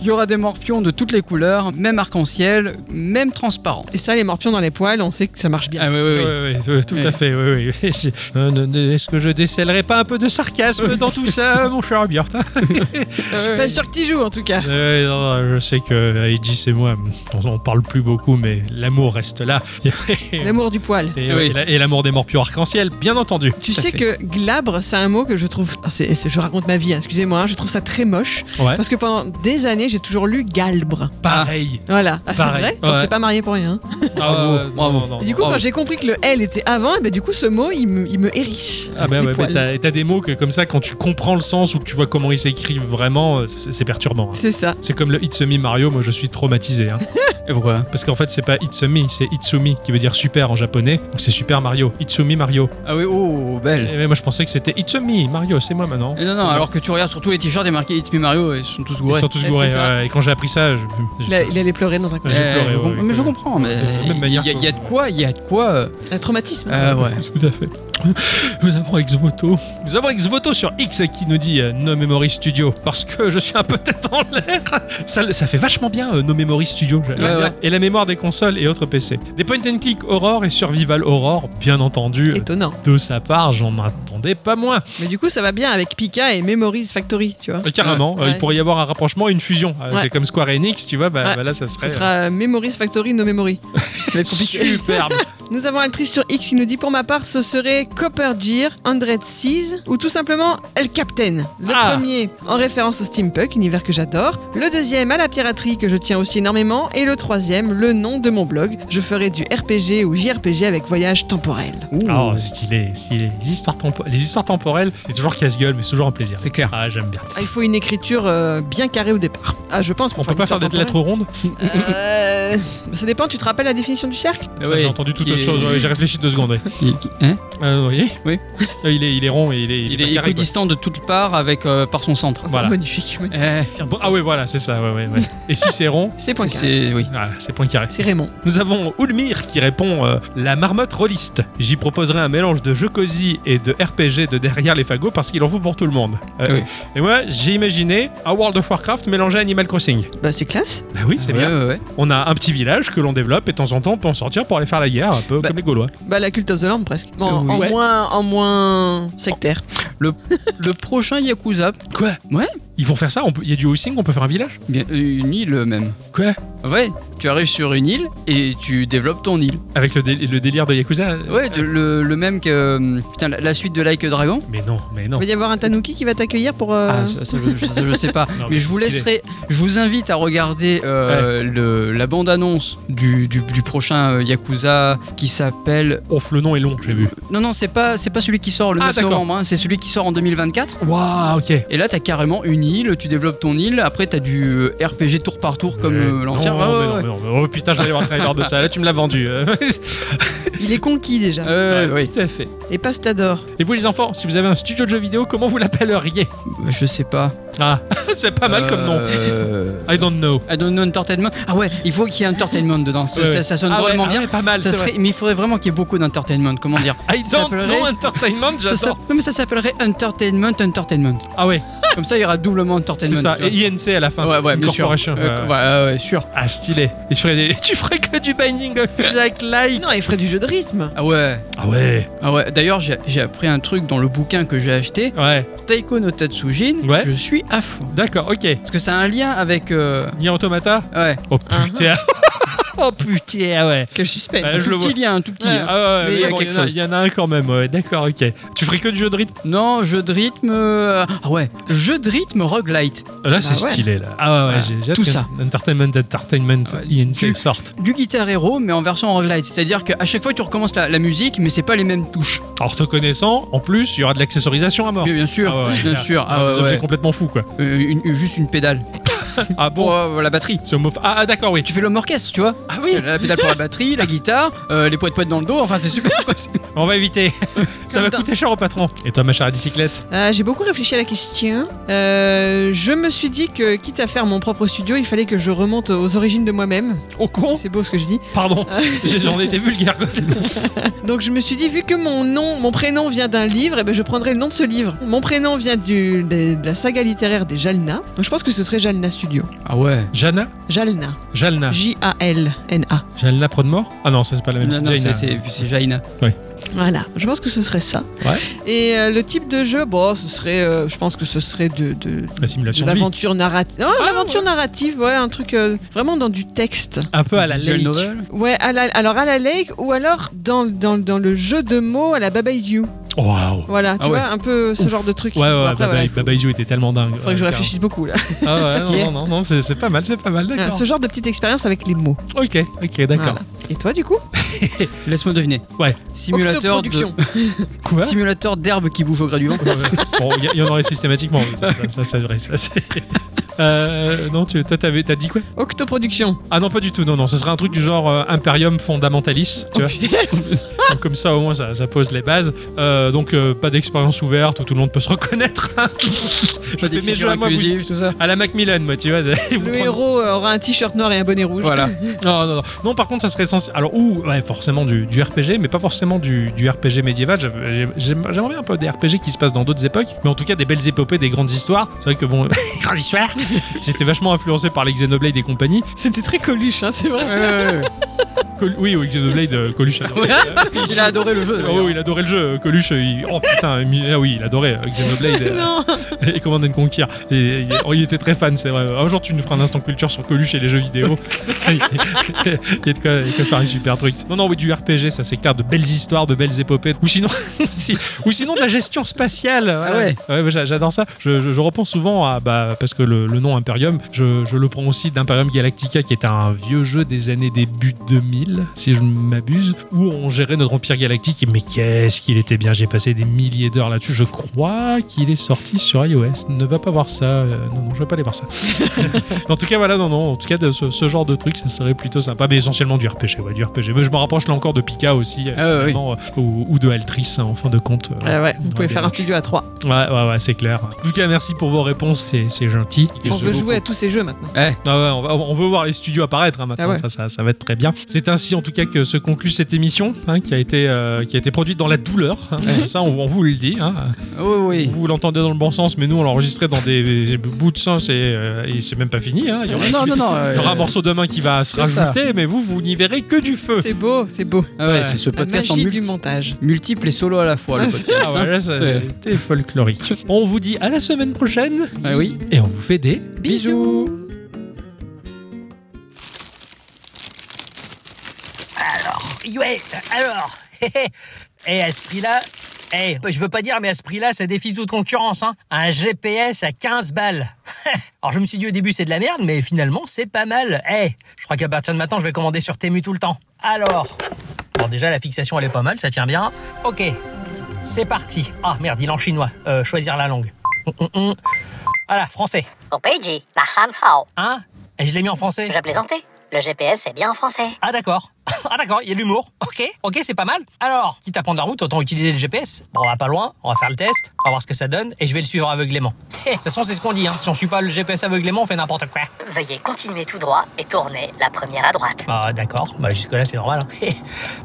F: Il y aura des morpions de toutes les couleurs, même arc-en-ciel, même transparent.
C: Et ça, les morpions dans les poils, on sait que ça marche bien.
F: Ah ouais, ouais,
E: Ouais,
F: ouais.
E: ouais, ouais, tout à
F: Oui.
E: fait. ouais, ouais, ouais. C'est- euh, ne- ne- Est-ce que je décèlerais pas un peu de sarcasme dans tout ça, mon cher Björn
C: je suis pas sûr que t'y joues en tout cas.
E: Euh, non, non, je sais que Heidi et moi, on, on parle plus beaucoup, mais l'amour reste là. Et,
C: L'amour du poil.
E: et- et la- et l'amour des morpions arc-en-ciel, bien entendu.
C: Tu
F: Tout à
C: sais que glabre, c'est un mot que je trouve. ah, c'est- c'est- je raconte ma vie, hein, excusez-moi, hein, je trouve ça très moche.
E: Ouais.
C: Parce que pendant des années, j'ai toujours lu galbre.
E: Pareil.
C: Voilà. Ah, c'est
E: Pareil.
C: vrai On
E: Ouais.
C: s'est pas marié pour rien. hein.
E: Bravo.
F: Euh, bravo.
E: Non, non,
C: Et
E: non.
C: du coup,
F: Oh.
C: quand j'ai compris que le L était avant, et ben, du coup, ce mot, il me, il me hérisse.
E: Ah bah ouais,
C: les
E: mais
C: poils.
E: t'as- t'as des mots que comme ça, quand tu comprends le sens ou que tu vois comment ils s'écrivent vraiment, euh, c'est c'est perturbant. hein.
C: C'est ça.
E: C'est comme le It's Me Mario, moi je suis traumatisé. hein.
F: Et pourquoi
E: Parce qu'en fait c'est pas It's Me, c'est Itsumi qui veut dire super en japonais. Donc c'est Super Mario, Itsumi Mario.
F: Ah oui, oh, belle.
E: Eh, mais moi je pensais que c'était It's Me Mario, c'est moi maintenant.
F: Et non, non, alors que tu regardes sur tous les t-shirts démarqués It's Me Mario, ils sont tous
E: Ils
F: gourés.
E: sont tous
C: Ouais,
E: gourés.
C: c'est ça.
E: ouais, et quand j'ai appris ça, je-
C: Il, a- il allait pleurer dans un coin.
E: Ouais, j'ai
F: Eh,
E: pleuré,
F: je
E: ouais,
F: com-
E: ouais,
F: mais je
E: ouais.
F: comprends, mais
E: De la même
F: il y,
E: manière
F: a- il y a de quoi, il y a de quoi. euh,
C: Un traumatisme.
F: Ah ouais.
E: Tout à fait. Nous avons Exvoto. Nous avons Exvoto sur X qui nous dit euh, No Memory Studio parce que je suis un peu tête en l'air. Ça, le- ça fait vachement bien euh, No Memory Studio. j'aime
F: Ouais,
E: bien.
F: ouais.
E: Et la mémoire des consoles et autres PC. Des point and click Aurore et Survival Aurore, bien entendu. euh,
C: Étonnant.
E: De sa part, j'en attendais pas moins.
C: Mais du coup, ça va bien avec Pika et Memories Factory, tu vois.
E: Euh, Carrément,
C: Ouais.
E: euh, il
C: Ouais.
E: pourrait y avoir un rapprochement, une fusion. Euh,
C: Ouais.
E: C'est comme Square Enix, tu vois, bah,
C: Ouais.
E: bah là ça serait.
C: Ça sera euh, Memories Factory No Memory. ça va être compliqué.
E: Superbe.
C: Nous avons Altrice sur X qui nous dit pour ma part ce serait Copper Gear, Andred Seas ou tout simplement El Captain. Le
E: Ah.
C: premier en référence au steampunk, univers que j'adore. Le deuxième à la piraterie que je tiens aussi énormément. Et le troisième, le nom de mon blog. Je ferai du RPG ou JRPG avec voyage temporel.
E: Oh, stylé, stylé. Les histoires, tempo- les histoires temporelles, c'est toujours casse-gueule, mais c'est toujours un plaisir.
F: C'est clair.
E: Ah, j'aime bien.
C: Ah, il faut une écriture euh, bien carrée au départ. Ah, je pense. pour
E: On peut pas faire
C: l'histoire
E: des lettres rondes
C: temporelle. Euh, ça dépend, tu te rappelles la définition du cercle
E: Ça,
F: Ah Ouais,
E: J'ai entendu toute
F: qui
E: autre
F: est-
E: chose, ouais, j'ai réfléchi deux secondes. ouais.
F: qui- qui- hein
E: Euh, vous voyez
F: Oui.
E: Euh, il, est, il est rond et il est, il est
F: Il
E: pas
F: est
E: carré, quoi.
F: équidistant de toutes parts avec, euh, par son centre.
E: Voilà.
C: Oh, Magnifique. magnifique.
F: Eh,
E: Bon, ah oui, voilà, c'est ça. ouais, ouais, ouais. et si c'est rond,
C: C'est point carré.
F: c'est. Oui.
E: voilà, c'est point carré.
C: C'est Raymond.
E: Nous avons Ulmir qui répond euh, La marmotte rôliste. J'y proposerai un mélange de jeu cosy et de RPG de derrière les fagots parce qu'il en faut pour tout le monde. Euh,
F: Oui.
E: Et moi, j'ai imaginé un World of Warcraft mélangé à Animal Crossing.
C: Bah c'est classe.
E: Bah oui, c'est
F: Ouais,
E: bien.
F: ouais, ouais.
E: On a un petit village que l'on développe et de temps en temps on peut en sortir pour aller faire la guerre, un peu
F: Bah,
E: comme les Gaulois.
C: Bah la culte of the Lamb presque. Bon,
F: Oui.
C: en
E: Ouais.
C: moins, en moins sectaire.
F: Le prochain Yakuza.
E: Quoi
F: Ouais.
E: Ils vont faire ça on peut- Il y a du housing, on peut faire un village
F: Bien, une île même.
E: Quoi
F: Ouais, tu arrives sur une île et tu développes ton île.
E: Avec le, dé- le délire de Yakuza euh,
F: Ouais, de- le, le même que euh, putain, la, la suite de Like a Dragon.
E: Mais non, mais non.
C: Il va y avoir un tanuki qui va t'accueillir pour. euh,
F: Ah, ça, ça, je, je- ça, je sais pas.
E: Non, mais
F: mais je vous
E: c'est stylé.
F: laisserai, Je vous invite à regarder euh, le- la bande-annonce du, du- du prochain euh, Yakuza qui s'appelle.
E: Ouf, le nom est long, j'ai vu.
F: Non, non, c'est pas, c'est pas celui qui sort le
E: Ah,
F: 9
E: d'accord.
F: novembre, hein, c'est celui qui sort en 2024.
E: Waouh, ok.
F: Et là, t'as carrément une île, tu développes ton île, après t'as du euh, RPG tour par tour comme euh,
E: Euh,
F: l'ancien.
E: non,
F: Ouais, ouais,
E: mais non,
F: ouais.
E: mais non, mais- Oh putain, je vais aller voir le trailer de ça. Là, tu me l'as vendu. euh.
C: Il est conquis déjà.
F: Euh,
E: Ouais,
F: oui.
E: Tout à fait.
C: Et Pastador.
E: Et vous, les enfants, si vous avez un studio de jeux vidéo, comment vous l'appelleriez
F: Euh, Je sais pas.
E: Ah, c'est pas mal comme nom.
F: Euh,
E: I don't know.
F: I don't know entertainment. Ah ouais, il faut qu'il y ait entertainment dedans. Ça,
E: Ouais,
F: ça-
E: ouais.
F: ça sonne
E: Ah ouais,
F: vraiment
E: ah
F: bien.
E: ouais, pas mal,
F: Ça
E: c'est
F: serait-
E: vrai. Ah,
F: mais il faudrait vraiment qu'il y ait beaucoup d'entertainment. Comment dire
E: I
F: Ça
E: don't
F: s'appellerait-
E: know entertainment,
F: ça, ça-
E: j'adore.
F: non, mais ça s'appellerait Entertainment Entertainment.
E: Ah ouais,
F: Comme ça, il y aura doublement
E: c'est
F: Entertainment.
E: ça.
F: tu vois.
E: Et INC à la fin.
F: Ouais, ouais, bien sûr.
E: Corporation.
F: Euh,
E: Ouais, ouais.
F: ouais, ouais, ouais, sûr.
E: Ah, stylé. Et tu ferais, des- tu ferais que du Binding of Isaac like.
C: Non, il ferait du jeu de rythme.
F: Ah ouais.
E: Ah ouais,
F: Ah ouais. D'ailleurs, j'ai j'ai appris un truc dans le bouquin que j'ai acheté.
E: ouais.
F: Taiko no Tatsujin,
E: Ouais.
F: je suis à fond.
E: D'accord, ok.
F: Parce que ça a un lien avec. euh,
E: Nier Automata
F: Ouais.
E: Oh putain. oh putain, ouais.
C: Quel suspense.
E: Ouais, je
F: tout
E: le
F: petit
E: vois.
F: lien, tout petit.
E: Ah ouais,
F: hein. Mais il y a
E: bon,
F: quelque
E: en a-
F: chose.
E: il y en a un quand même, ouais, d'accord, ok. Tu ferais que du jeu de rythme
F: Non, jeu de rythme. euh, Ah ouais, jeu de rythme roguelite.
E: Là, c'est
C: Bah ouais.
E: stylé, là. Ah ouais, ouais,
F: Ouais.
E: j'ai- j'ai hâte
F: Tout
E: que
F: ça. Ah
E: Entertainment, entertainment,
F: Ouais.
E: INC
F: Tu-
E: sorte.
F: Du guitar hero, mais en version roguelite. C'est-à-dire qu'à chaque fois, tu recommences la, la musique, mais c'est pas les mêmes touches.
E: Alors, te connaissant, en plus, il y aura de l'accessorisation à mort.
F: Mais bien sûr,
E: Ah ouais,
F: bien
E: là,
F: sûr.
E: là,
F: Ah ouais,
E: ça,
F: ouais.
E: C'est complètement fou, quoi.
F: Euh, une- une- juste une pédale.
E: Ah
F: Pour
E: bon
F: euh, la batterie.
E: c'est homo- Ah, ah, d'accord, oui.
F: Tu fais l'homme orchestre, tu vois
E: Ah oui
F: La pédale pour la batterie, la guitare, euh, les poètes poètes dans le dos, enfin c'est super quoi.
E: On va éviter. ça va
F: Putain.
E: coûter cher au patron. Et toi, ma chère à bicyclette
C: Euh, J'ai beaucoup réfléchi à la question. Euh, je me suis dit que, quitte à faire mon propre studio, il fallait que je remonte aux origines de moi-même.
E: Au con
C: C'est beau ce que je dis.
E: Pardon, j'ai- j'en étais vulgaire. quoi.
C: Donc je me suis dit, vu que mon nom, mon prénom vient d'un livre, eh ben, je prendrai le nom de ce livre. Mon prénom vient du- de, de la saga littéraire des Jalna. Donc je pense que ce serait Jalna Studio.
F: Ah ouais
E: Jana
C: Jalna.
E: Jalna.
C: J-A-L-N-A.
E: Jalna Prodmore Ah non, ça, c'est pas la même, c'est Jaina.
F: C'est Jaina.
C: Voilà. Je pense que ce serait ça.
E: Ouais.
C: Et euh, le type de jeu, bon, ce serait, euh, je pense que ce serait de, de- de
E: La simulation de vie.
C: l'aventure narrative. Non, l'aventure narrative, ouais, un truc euh, vraiment dans du texte.
E: Un peu à la
F: Visual
E: Lake.
F: novel.
C: Ouais, à la- alors à la lake ou alors dans, dans, dans le jeu de mots à la Baba Is You.
E: Waouh.
C: Voilà, tu
F: Ah ouais.
C: vois, un peu ce
E: Ouf.
C: genre de truc.
E: Ouais, ouais,
C: Bon,
E: ouais,
C: après,
E: Baba,
C: voilà, il faut-
E: Baba Is You était tellement dingue.
C: faudrait que je
E: Ouais,
C: réfléchisse beaucoup là.
E: Ah ouais, non,
C: Ok.
E: non, non, non, c'est c'est pas mal, c'est pas mal,
C: Voilà,
E: d'accord.
C: ce genre de petite expérience avec les mots.
E: Ok, ok, d'accord.
C: Voilà. Et toi du coup
F: Laisse-moi deviner.
E: Ouais.
F: Simulateur
C: Octoproduction.
F: de-
E: Quoi
F: Simulateur d'herbe qui bouge au gré du vent.
E: Bon, il y, y en aurait systématiquement, oui, ça, ça, ça, c'est vrai. Ça, c'est- Euh, non, tu, toi, t'avais- t'as dit quoi
C: Octoproduction.
E: Ah non, pas du tout, non, non, ce serait un truc du genre euh, Imperium Fundamentalis,
C: Oh,
E: tu vois. Donc, comme ça, au moins, ça, ça pose les bases. Euh, donc, euh, pas d'expérience ouverte où tout le monde peut se reconnaître. hein. Je fais mes jeux à moi, vous-
F: tout ça.
E: À la Macmillan, moi, tu vois. c'est- vous
C: Le
E: prenez-
C: héros euh, aura un t-shirt noir et un bonnet rouge.
F: Voilà.
E: Non, non, non. Non, par contre, ça serait censé. Alors, ou, ouais, forcément du, du RPG, mais pas forcément du, du RPG médiéval. J'avais- j'aime- J'aimerais bien un peu des RPG qui se passent dans d'autres époques, mais en tout cas des belles épopées, des grandes histoires. C'est vrai que bon, grande histoire. J'étais vachement influencé par les Xenoblade et compagnie.
C: C'était très coluche, hein, c'est vrai.
E: Col- oui, oui, Xenoblade, euh, Coluche adorait.
F: Il a adoré le jeu.
E: Oh, il adorait le jeu, Coluche. il- Oh putain, il- ah oui, il adorait euh, Xenoblade euh,
C: Non.
E: et Command and Conquer. Et, et- oh, il était très fan, c'est vrai. Un jour, tu nous feras un instant culture sur Coluche et les jeux vidéo. il y a de quoi, il y a de quoi faire un super truc. Non, non, oui, du RPG, ça c'est clair, de belles histoires, de belles épopées. Ou sinon, si- ou sinon de la gestion spatiale. voilà.
F: ouais.
E: Ouais, j'a- J'adore ça. Je, je- je repense souvent à. Bah, parce que le, le nom Imperium, je, je le prends aussi d'Imperium Galactica, qui était un vieux jeu des années début 2000, si je ne m'abuse, où on gérait notre empire galactique. Mais qu'est-ce qu'il était bien. J'ai passé des milliers d'heures là-dessus. Je crois qu'il est sorti sur iOS. Ne va pas voir ça. Euh, non, non, je ne vais pas aller voir ça. Mais en tout cas, voilà, non, non. En tout cas, de ce, ce genre de truc, ça serait plutôt sympa. Mais essentiellement du RPG. Ouais, du RPG. Mais je me rapproche là encore de Pika aussi,
F: Ah ouais, oui.
E: finalement, euh, ou, ou de Altrice, hein, en fin de compte. Euh,
C: Ah ouais, vous pouvez
E: Ouais,
C: faire
E: bien.
C: un studio à 3.
E: Ouais, ouais, ouais, c'est clair. En tout cas, merci pour vos réponses, c'est, c'est gentil.
C: On veut jouer à tous ces jeux maintenant.
E: Ah ouais, on, va- on veut voir les studios apparaître hein, maintenant,
C: Ah ouais.
E: ça, ça, ça va être très bien. C'est ainsi en tout cas que se conclut cette émission hein, qui, a été, euh, qui a été produite dans la douleur. hein. ça, on, on vous le dit. hein.
F: Oh, oui.
E: Vous l'entendez dans le bon sens, mais nous, on l'enregistrait dans des, des bouts de sens et, euh, et c'est même pas fini. hein. Il, y aura une
F: Non,
E: suite.
F: non, non. euh,
E: Il y aura un morceau demain qui va se
F: C'est ça.
E: rajouter, mais vous, vous n'y verrez que du feu.
C: C'est beau, c'est beau.
F: Ah ouais, c'est ce
C: La
F: podcast en
C: magie
F: multi-
C: du montage.
F: multiple et solo à la fois. Le podcast.
E: Ah ouais, là, ça a
F: C'est-
E: été folklorique. On vous dit à la semaine prochaine
F: Ah oui.
E: et on vous fait des
C: Bisous.
I: Ouais, alors, hé, hé, et à ce prix-là,
E: Eh, je veux pas dire, mais à ce prix-là, ça défie toute concurrence, hein. Un GPS à 15 balles. Alors, je me suis dit au début, c'est de la merde, mais finalement, c'est pas mal. Eh, je crois qu'à partir de maintenant, je vais commander sur Temu tout le temps. Alors. Bon, déjà, la fixation, elle est pas mal, ça tient bien. Ok. C'est parti. Ah, merde, il est en chinois. Euh, choisir la langue. Hum, hum, hum. Voilà, français.
J: Opéji, ma femme Fao.
E: Hein Et je l'ai mis en français.
J: Je plaisantais. Le GPS est bien en français.
E: Ah d'accord. Ah d'accord, il y a de l'humour. Ok, ok, c'est pas mal. Alors, quitte à prendre la route, autant utiliser le GPS. Bon, on va pas loin, on va faire le test, on va voir ce que ça donne, et je vais le suivre aveuglément. Hé, De toute façon, c'est ce qu'on dit, hein. Si on suit pas le GPS aveuglément, on fait n'importe quoi.
J: Veuillez continuer tout droit et tourner la première à droite.
E: Bah d'accord, bah jusque-là, c'est normal. hein. Hé,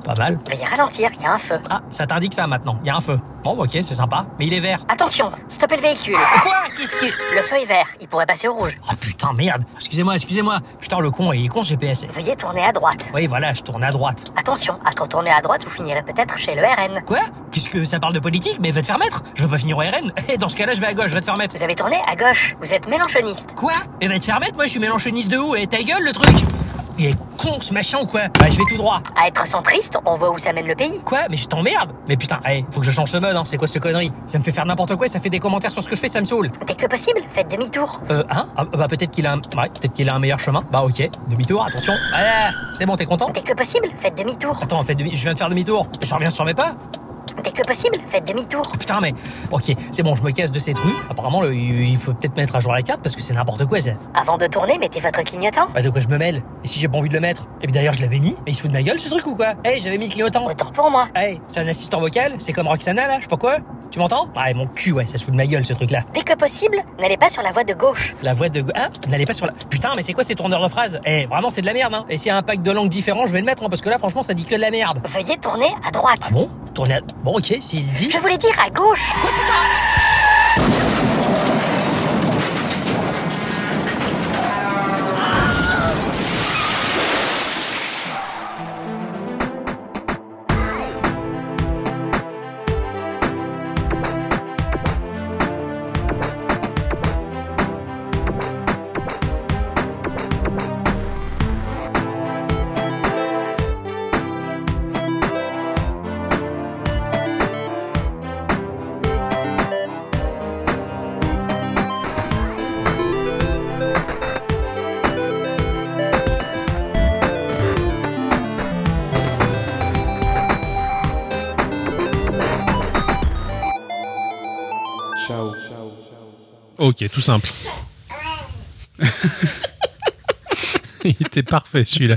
E: pas mal.
J: Veuillez ralentir, il y a un feu.
E: Ah, ça t'indique ça maintenant, il y a un feu. Bon, bah, ok, c'est sympa, mais il est vert.
J: Attention, stoppez le véhicule.
E: Quoi Qu'est-ce qui...
J: Le feu est vert, il pourrait passer au rouge.
E: Oh putain, merde. Excusez-moi, excusez-moi. Putain, le con, il est con ce GPS.
J: Veuillez tourner à droite.
E: Oui, voilà, je tourne à droite.
J: Attention, à quand tourner à droite, vous finirez peut-être chez le RN.
E: Quoi Qu'est-ce que ça parle de politique Mais va te faire mettre Je veux pas finir au RN Et dans ce cas-là, je vais à gauche, va te faire mettre
J: Vous avez tourné à gauche, vous êtes mélanchoniste.
E: Quoi Mais va te faire mettre Moi, je suis mélanchoniste de où Et ta gueule, le truc Il est con, ce machin, ou quoi Bah, je vais tout droit.
J: À être centriste, on voit où ça mène le pays.
E: Quoi Mais je t'emmerde Mais putain, hey, faut que je change ce mode, hein. C'est quoi cette connerie Ça me fait faire n'importe quoi, ça fait des commentaires sur ce que je fais, ça me saoule.
J: Dès que possible, faites demi-tour.
E: Euh, hein Ah, Bah, peut-être qu'il a un... Ouais, peut-être qu'il a un meilleur chemin. Bah, ok. Demi-tour, attention. Voilà C'est bon, t'es content
J: Dès que possible, faites demi-tour.
E: Attends, fais demi... je viens de faire demi-tour. Je reviens sur mes pas
J: Dès que possible, faites demi-tour.
E: Putain, mais ok, c'est bon, je me casse de cette rue. Apparemment, le- il faut peut-être mettre à jour la carte parce que c'est n'importe quoi. C'est...
J: Avant de tourner, mettez votre clignotant.
E: Bah, de quoi je me mêle Et si j'ai pas envie de le mettre Et puis d'ailleurs, je l'avais mis. Mais il se fout de ma gueule ce truc ou quoi Eh, j'avais mis clignotant.
J: Autant pour moi.
E: Eh, c'est un assistant vocal C'est comme Roxana là, je sais pas quoi Tu m'entends Ah, mon cul, ouais, ça se fout de ma gueule ce truc là.
J: Dès que possible, n'allez pas sur la voie de gauche.
E: La voix de. Ah, n'allez pas sur la. Putain, mais c'est quoi ces tourneurs de phrases Eh, vraiment, c'est de la merde, hein. Et s'il y a un pack de langues différents, je vais le mettre, hein, parce que là, franchement, ça dit que de la merde.
J: Veuillez tourner à droite.
E: Ah bon Tourner à... Bon, ok, s'il dit.
J: Je voulais dire à gauche.
E: Quoi, putain
K: Ok, tout simple. Il était parfait celui-là.